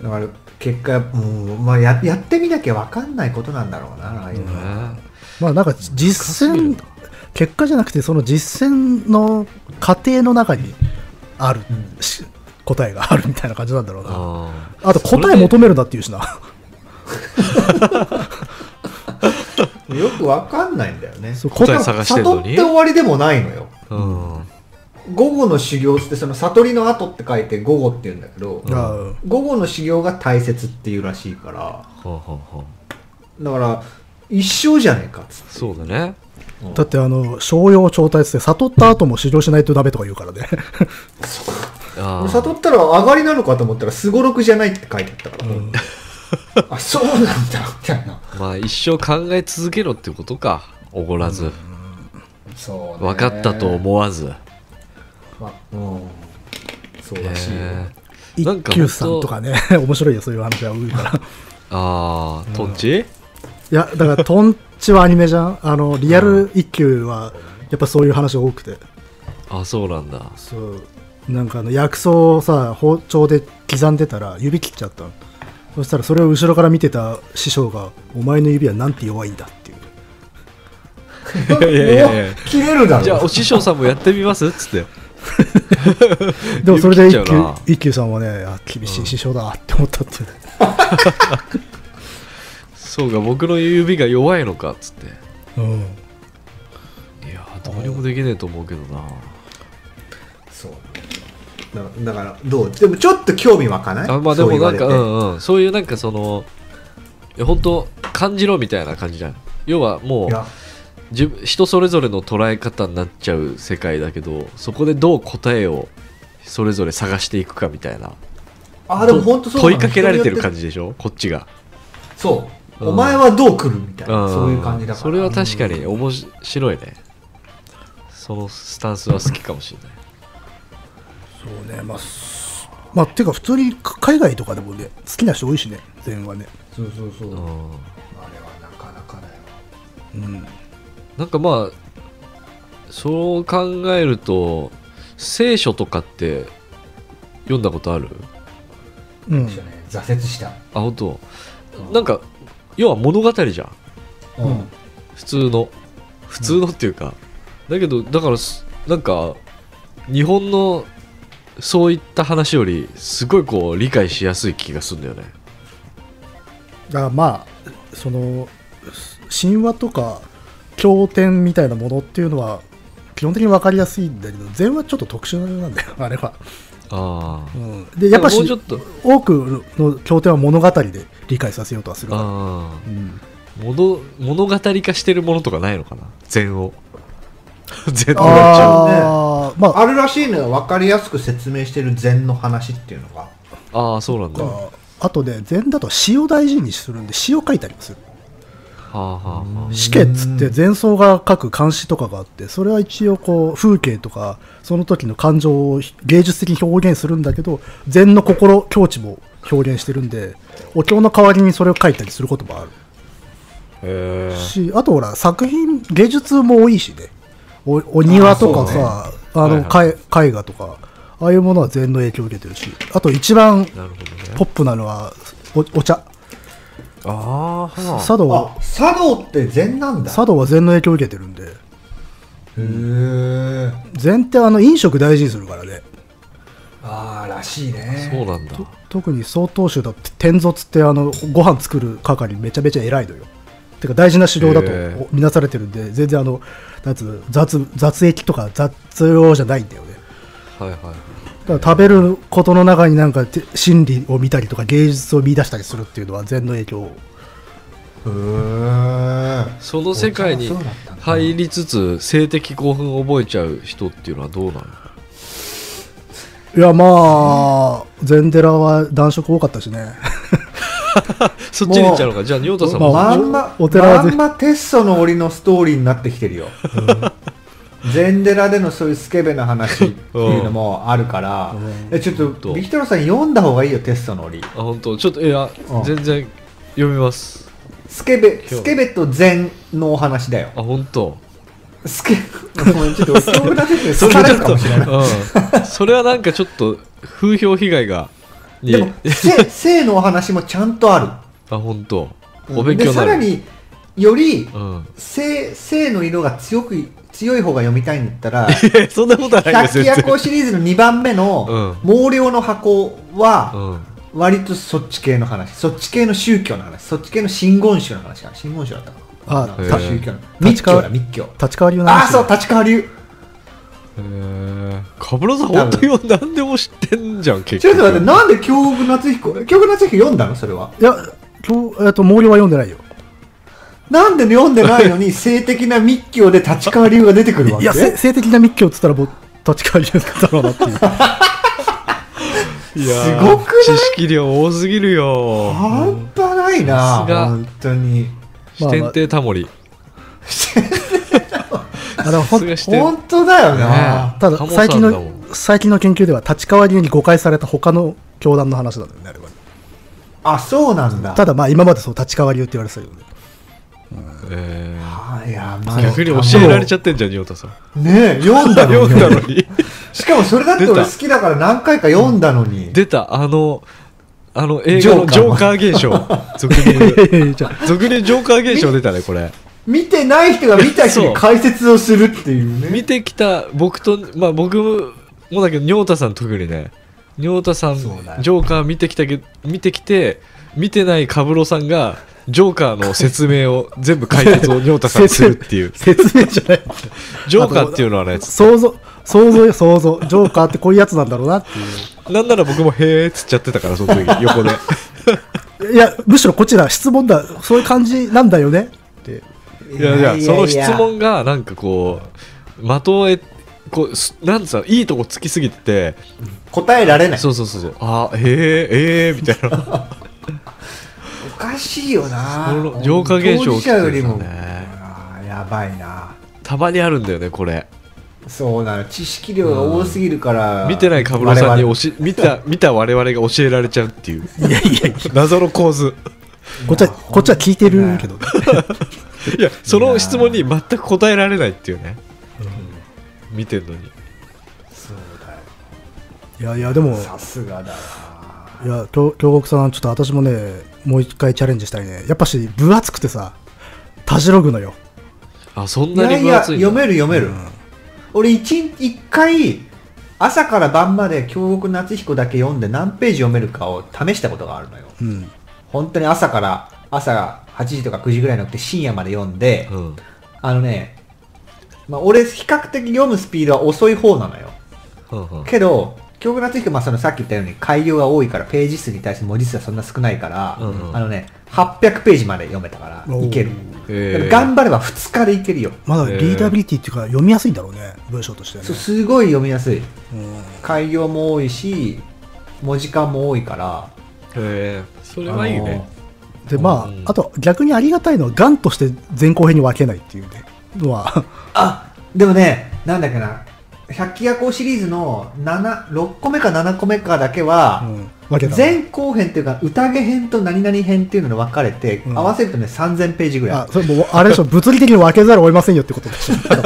S3: だから結果もう、まあ、ややってみなきゃ分かんないことなんだろうなああいうのは
S1: え
S2: まあなんか実
S1: 難しいよ
S2: 践結果じゃなくてその実践の過程の中にある、し答えがあるみたいな感じなんだろうな
S1: あ
S2: あと答え求めるなっていうしな
S3: よくわかんないんだよね。
S2: そう
S1: 答え探してるのに
S3: 悟って終わりでもないのよ。
S1: ーうん
S3: 午後の修行ってその悟りの後って書いて午後って言うんだけど、
S1: ん
S2: あー
S3: 午後の修行が大切っていうらしいから、
S1: ほうほうほう
S3: だから一生じゃねえかっつって。
S1: そうだね
S2: だってあの商用調達って悟った後も修行しないとダメとか言うからね
S1: あー
S3: 悟ったら上がりなのかと思ったらすごろくじゃないって書いてあったから、 あそうなんだみたいな
S1: まあ一生考え続けろってことかおごらず
S3: そう、ね、
S1: 分かったと思わず
S3: まうんそうらしいよ、
S1: へーなん
S2: 一
S1: か
S2: 休さんとかね面白いよそういう話は多いから
S1: ああトンチ
S2: いやだからトンチはアニメじゃんあのリアル一休はやっぱそういう話が多くて
S1: あそうなんだ
S2: そうなんかあの薬草をさ包丁で刻んでたら指切っちゃったのそしたらそれを後ろから見てた師匠が「お前の指はなんて弱いんだ」ってい う
S1: いやいやいやいや
S3: もう切れるだろ
S1: じゃあお師匠さんもやってみますっつって
S2: でもそれで一
S1: 指切っちゃうな
S2: 休一休さんはねあ厳しい師匠だって思ったっていう、
S1: そうか僕の指が弱いのかっつって
S2: うん、
S1: いやーどうにもできねえと思うけどな
S3: そうだだからどうでもちょっと興味湧かない
S1: あまあでもなんかう
S3: そう言わ
S1: んうんそういうなんかそのいや本当感じろみたいな感じじゃん要はも
S3: れていうや
S1: 自分人それぞれの捉え方になっちゃう世界だけどそこでどう答えをそれぞれ探していくかみたいな
S3: あでも本当そう
S1: 問いかけられてる
S3: じ
S1: 感じでしょこっちが
S3: そう、
S1: うん
S3: お前はどう来るみたいな、
S1: ん
S3: そういう感じだから
S1: それは確かに面白いねそのスタンスは好きかもしれない
S2: そうねまあすまあていうか普通にか海外とかでもね好きな人多いしね全話ね
S3: そうそうそ
S1: う
S3: う、あ
S1: ん
S3: れはなかなかだよ
S2: うん
S1: なんかまあそう考えると聖書とかって読んだことある
S2: うん
S3: 私はね挫折した、
S1: あ本当
S3: うん
S1: なんか要は物語じゃん
S3: うん
S1: 普通の普通のっていうか、だけどだからすなんか日本のそういった話よりすごいこう理解しやすい気がするんだよね
S2: だからまあそのす神話とか経典みたいなものっていうのは基本的に分かりやすいんだけど全話ちょっと特殊なんだよ あれは、
S1: ああ
S2: うん、でやっぱし
S1: もうちょっと
S2: 多くの経典は物語で理解させようとはするか
S1: あ
S2: ら、うん
S1: あもの物語化してるものとかないのかな禅を 禅のやつ
S3: あ
S2: あーまあ
S3: あるらしいのよ分かりやすく説明してる禅の話っていうのが
S1: ああそうなんだは
S2: ああとね禅だと詩を大事にするんで詩を書いたりもする
S1: あはあは
S2: 死家っつって前奏が書く漢詩とかがあってそれは一応こう風景とかその時の感情を芸術的に表現するんだけど禅の心境地も表現してるんでお経の代わりにそれを書いたりすることもある
S1: あへえ
S2: しあとほら作品芸術も多いしねおお庭とかさあ、
S1: うね
S2: の、
S1: はい
S2: 絵絵画とかああいうものは禅の影響を受けてるしあと一番
S1: なるほどね
S2: ポップなのはおお茶
S1: ああはあ
S2: 茶道
S3: あ茶道って禅なんだ
S2: 茶道は禅の影響を受けてるんで
S3: へえ
S2: 禅ってあの飲食大事にするからね
S3: ああらしいね
S1: そうなんだ
S2: 特に曹洞宗だって天蔵っつってあのご飯作る係めちゃめちゃ偉いのよてか大事な指導だ
S1: へー
S2: とお見なされてるんで全然あのなんつうの雑雑液とか雑用じゃないんだよね
S1: はいはい
S2: だから食べることの中になんかて心理を見たりとか芸術を見出したりするっていうのは禅の影響
S3: へー
S1: その世界に
S3: お茶はそうだったんだ
S1: 入りつつ性的興奮を覚えちゃう人っていうのはどうなの
S2: いやまあ禅寺は男色多かったしね
S1: そっちに行っちゃうのかじゃあ仁太さんも、
S2: まあ
S3: まんま
S2: おお寺は
S3: まんまテッソの檻のストーリーになってきてるよ 禅寺でのそういうスケベな話っていうのもあるから、えちょっとビキトロさん読んだ方がいいよテストの折
S1: あ本当ちょっといや
S3: うん
S1: 全然読みます
S3: スケベ
S1: 今日
S3: スケベと禅のお話だよ
S1: あ本当
S3: スケ もうちょっとスケベな説明疲れるかもしれない
S1: うん、それはなんかちょっと風評被害がに
S3: でも性性のお話もちゃんとあ
S1: あ本当
S3: る
S1: お勉強
S3: で
S1: にな
S3: さ
S1: る
S3: らにより
S1: うん、
S3: 性性の色が強く強い方が読みたいんだっ たら
S1: いやそんなことはないです
S3: 百
S1: よ
S3: 鬼夜行シリーズの2番目の「毛量の箱」
S1: う
S3: は
S1: ん、
S3: 割とそっち系の話そっち系の宗教の話そっち系の真言宗の話かな真言宗だったかな
S2: あ
S3: なん
S1: へ
S3: か
S1: え
S3: 宗教の密
S2: 立
S3: 教
S2: 川
S3: だ密教
S2: 立川流なん
S3: ああ
S2: ですよ
S3: そう立川流
S1: えー、カブロさん本当に何でも知ってんじゃん結
S3: ちょっ
S1: 局
S3: と待ってなんで京極夏彦京極夏彦読んだのそれはい
S2: や今日、えっと、毛量は読んでないよ
S3: なんで読んでないの に性的な密教で立川流が出てくるわ
S2: い
S3: け
S2: やせ性的な密教っつったらもう立川流だろうなっていう
S1: いやー
S3: すごくない
S1: 知識量多すぎるよ
S3: 半端ないな
S1: さすが
S3: 本当に
S1: 四天帝タモリ
S2: あの
S1: さ
S2: ほん
S1: すが四天
S3: 本当だよな
S1: ね
S2: ただ
S1: タモさん
S2: 最近
S1: だも
S2: の
S1: ん
S2: 最近の研究では立川流に誤解された他の教団の話なんだよねあれは
S3: あそうなんだ
S2: ただまあ今までそう立川流って言われてたけどね
S1: え
S3: あいやまあ
S1: ー、逆に教えられちゃってんじゃん仁太さん
S3: ねえ読んだ
S1: 読
S3: のに
S1: んだのに
S3: しかもそれだって
S1: 出
S3: 俺
S1: た
S3: 好きだから何回か読んだのに
S1: 出たあのあの映画のジ
S3: ジ
S1: ョ
S3: ョ
S1: ー
S3: ー
S1: カ
S3: カ
S1: ー現象俗に言う
S2: じゃあ
S1: 俗にジョーカー現象出たねこれ
S3: 見てない人が見た人
S1: そう
S3: に解説をするっていうね
S1: 見てきた僕とまあ僕もだけど仁太さん特にね仁太さんジ
S3: そう
S1: ョ
S3: だよ
S1: ーカー見てきたけ見てきて見てないカブロさんがジョーカーの説明を全部解説を仁太さんにするっていう
S2: 説明じゃない
S1: ジョーカーっていうのはね
S2: 想像想像よ想像ジョーカーってこういうやつなんだろうなって
S1: なんなら僕も「へえ」っつっちゃってたからその時横で
S2: いういやむしろこっちだ質問だそういう感じなんだよねって
S1: いやいやその質問がなんかこう的をえこうすなんつうのいいとこつきすぎてて
S3: 答えられない
S1: そうそうそうそうあーへえええー、みたいな
S3: かしいよな
S1: その浄化現象
S3: 当
S1: 起
S3: 事
S1: き
S3: 者
S1: て
S3: より
S1: るよ
S3: も
S1: ね
S3: あーやばいな
S1: たまにあるんだよねこれ
S3: そうなの知識量が多すぎるから、
S1: 見てないカブロさんに
S3: 我
S1: 教
S3: 々
S1: え見た見た我々が教えられちゃうっていう
S2: いやいやいや
S1: 謎の構図
S2: こっちはこっちは聞いてるけど、
S1: いやその質問に全く答えられないっていうね見てんのに
S3: そうだよ
S2: いやいやでも
S3: さすがだない
S2: や京京極さんちょっと私もねもう一回チャレンジしたいねやっぱし分厚くてさたじろぐのよ
S1: あそん
S3: い
S1: な
S3: や
S1: に
S3: い
S1: 分
S3: や
S1: 厚いんだ
S3: 読める読める、
S2: うん
S3: 俺一日一回朝から晩まで京極夏彦だけ読んで何ページ読めるかを試したことがあるのよ
S2: うん
S3: 本当に朝から朝8時とか9時ぐらいに起きて深夜まで読んで、
S1: うん
S3: あのね、まあ、俺比較的読むスピードは遅い方なのよ
S1: うんうん
S3: けど京極夏彦まあそのさっき言ったように改行が多いからページ数に対して文字数はそんな少ないから、
S1: うんうん
S3: あのね800ページまで読めたからいける
S1: えー
S3: だから頑張れば2日でいけるよ、
S2: まだリーダビリティっていうか読みやすいんだろうね文章としてね
S3: そうすごい読みやすい
S2: うん
S3: 改行も多いし文字間も多いから
S1: へえそれはいいね、
S2: でまあ、
S1: うん
S2: あと逆にありがたいのはガンとして前後編に分けないっていうねのは
S3: あでもねなんだっけな百鬼夜行シリーズの7 6個目か7個目かだけは、
S2: うん分けた
S3: 前後編っていうか宴編と何々編っていうのに分かれて、
S2: うん
S3: 合わせるとね3000ページぐら
S2: あ
S3: い
S2: それもうあれでしょ物理的に分けざるを得ませんよってことでしょ
S3: 多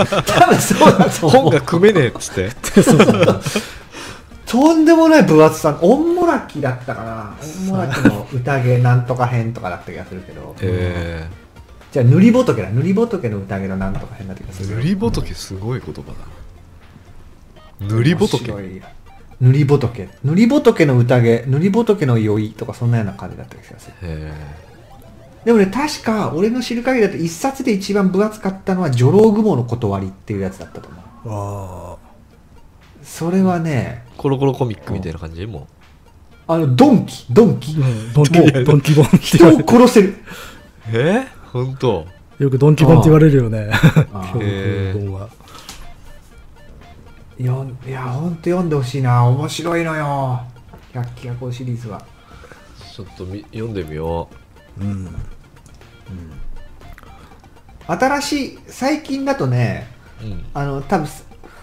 S3: 分そうだと
S1: 本
S3: 思
S1: が
S3: う
S1: 組めねえっつって
S2: そうそう
S3: とんでもない分厚さオンモラキだったかなオンモラキの宴なんとか編とかだった気がするけど、
S1: え
S3: じゃあ塗り仏だ塗り仏の宴のなんとか編だった気がするけ
S1: ー、
S3: ど
S1: 塗り仏すごい言葉だ塗り
S3: 面
S1: 仏
S3: 白い塗り仏塗り仏の宴塗り仏の酔いとかそんなような感じだった気がする
S1: え
S3: でもね確か俺の知る限りだと一冊で一番分厚かったのは「女郎雲の断り」っていうやつだったと思う
S2: あ
S3: それはね
S1: ー、コロコロコミックみたいな感じも
S3: あのドンキドンキ
S2: ー うんドンキボンドンキボンって言
S3: 人
S2: わ
S3: を
S2: れ
S3: 殺 せる
S1: うえー、ほんと
S2: よくドンキボンって言われるよね
S3: あ
S2: ドン
S3: ー
S1: へー
S2: キボンは
S3: よんいやほんと読んでほしいな面白いのよ百鬼夜行シリーズは
S1: ちょっとみ読んでみよ
S2: うん
S3: 新しい最近だとね
S1: ううん
S3: あの多分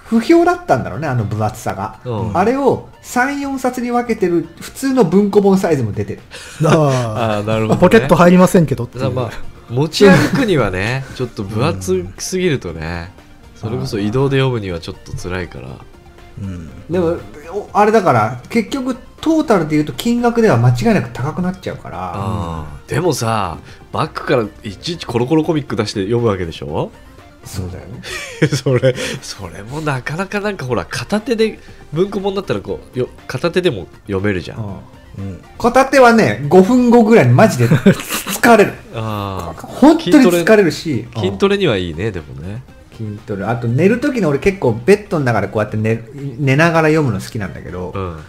S3: 不評だったんだろうねあの分厚さが、
S1: うん
S3: あれを34冊に分けてる普通の文庫本サイズも出てる
S2: あ
S1: ああなるほど、
S2: あ
S1: ね、
S2: ポケット入りませんけどってい
S1: ただ
S2: う
S1: まあ持ち歩くにはねちょっと分厚すぎるとねそれこそ移動で読むにはちょっと辛いから
S2: うん
S3: でもおあれだから結局トータルで言うと金額では間違いなく高くなっちゃうから
S1: あーでもさバックからいちいちコロコロコミック出して読むわけでしょ
S3: そうだよね
S1: それそれもなかなかなんかほら片手で文庫本だったらこうよ片手でも読めるじゃん、あ
S3: うん
S2: うん
S3: 片手はね5分後ぐらいにマジで疲れる
S1: あ
S3: 本当に疲れるし
S1: ー 筋トレにはいいねでもね
S3: うん筋トレあと寝る時の俺結構ベッドの中でこうやって寝る寝ながら読むの好きなんだけど、
S1: うん、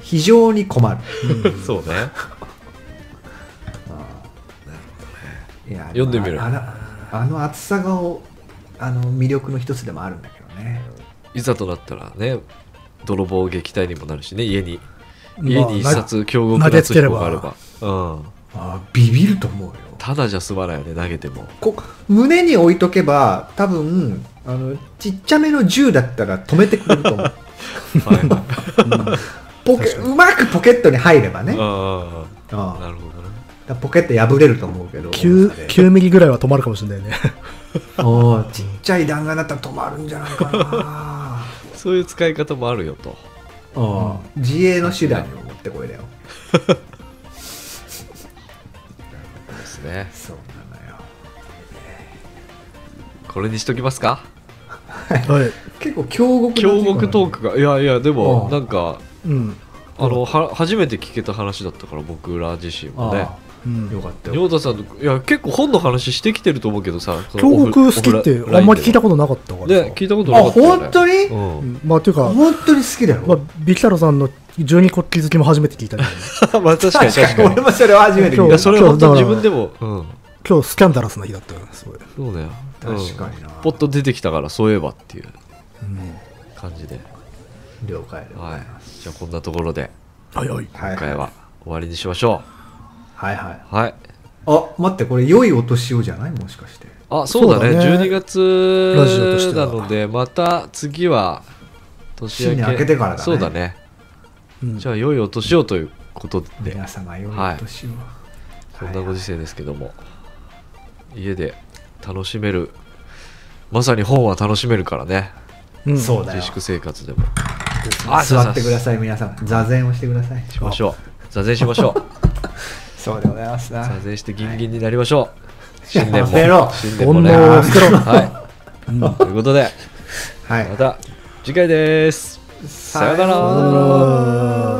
S3: 非常に困る
S1: そうね
S3: いや
S1: 読んでみる
S3: あのあの厚さがおあの魅力の一つでもあるんだけどね
S1: いざとなったらね泥棒撃退にもなるしね家に
S2: まあ
S1: 家に一冊強豪
S2: 投げ
S1: 夏
S2: つけれ
S1: 彦
S2: ば
S1: があれば、うん、
S3: あビビると思うよ
S1: ただじゃ済まないよね投げても
S3: こ胸に置いとけば多分あのちっちゃめの銃だったら止めてくれると 思うポケうまくポケットに入れば ね、うん
S1: ああ
S3: だか
S1: なるほどね
S3: らポケット破れると思うけど
S2: 9, 9ミリぐらいは止まるかもしれないね
S3: おーちっちゃい弾丸だったら止まるんじゃない かな
S1: そういう使い方もあるよと
S3: うん自衛の手段に持ってこいだよ
S1: ですね
S3: そうなのよ
S1: これにしときますか
S2: はい
S3: 結構京極
S1: 京極トークがいやいやで
S3: う
S1: も
S3: ん
S1: なんか
S2: うん
S1: あのは初めて聞けた話だったから僕ら自身もね
S3: あ
S2: う
S3: あよ
S2: ん
S3: かった
S1: 亮
S3: よ
S1: 太さんのいや結構本の話してきてると思うけどさその
S2: 京
S1: オフ
S2: 極好きってあんまり聞いた
S1: こ
S2: ことなかったからさ
S1: ね聞いたことな
S3: あ
S1: かったよね
S3: 本当に、
S1: う
S2: うんんまあというか、
S3: 本当に好きだよ、
S2: まあ、ビキタロさんの十二国旗好きも初めて聞いたけど、ね、
S1: まあ確かに確かに
S3: 俺もそれは初めて
S1: い
S3: 見
S1: や
S3: た
S1: それは本当に自分でも、うん、
S2: 今日スキャンダラスな日だったよねすごい、
S1: そうだようん
S3: 確かにな
S1: ポッと出てきたからそういえばっていう
S2: うん、
S1: 感じで
S3: 了解了解
S1: はいじゃあこんなところで
S2: はいはい
S3: は
S1: 今
S3: い
S1: 回は終わりにしましょ
S3: はいはいう
S1: はい
S3: あ待ってこれ良いお年をじゃないもしかして
S1: あそうだね
S2: そうだね
S1: 12
S2: ラジオとし
S1: 月
S2: て
S1: な
S2: は
S1: のでまた次は年明け
S3: 新年明けてからだね
S1: そうだね
S2: うん
S1: じゃあ良いお年をということで、
S3: 皆様良い
S1: はい
S3: お年を、
S1: こんなご時世ですけども、家で楽しめるまさに本は楽しめるからね
S2: うん
S3: そうだよ
S1: 自粛生活でもあ
S3: 座ってください皆さん座禅をしてください
S1: しましょう座禅しましょう
S3: そうでございますな
S1: 座禅してギンギンになりましょう、新年も
S3: やめろ
S1: 新年もね
S2: 煩悩を捨てろ
S1: はい、ということで
S3: はい
S1: また次回ですさようなら
S2: さよなら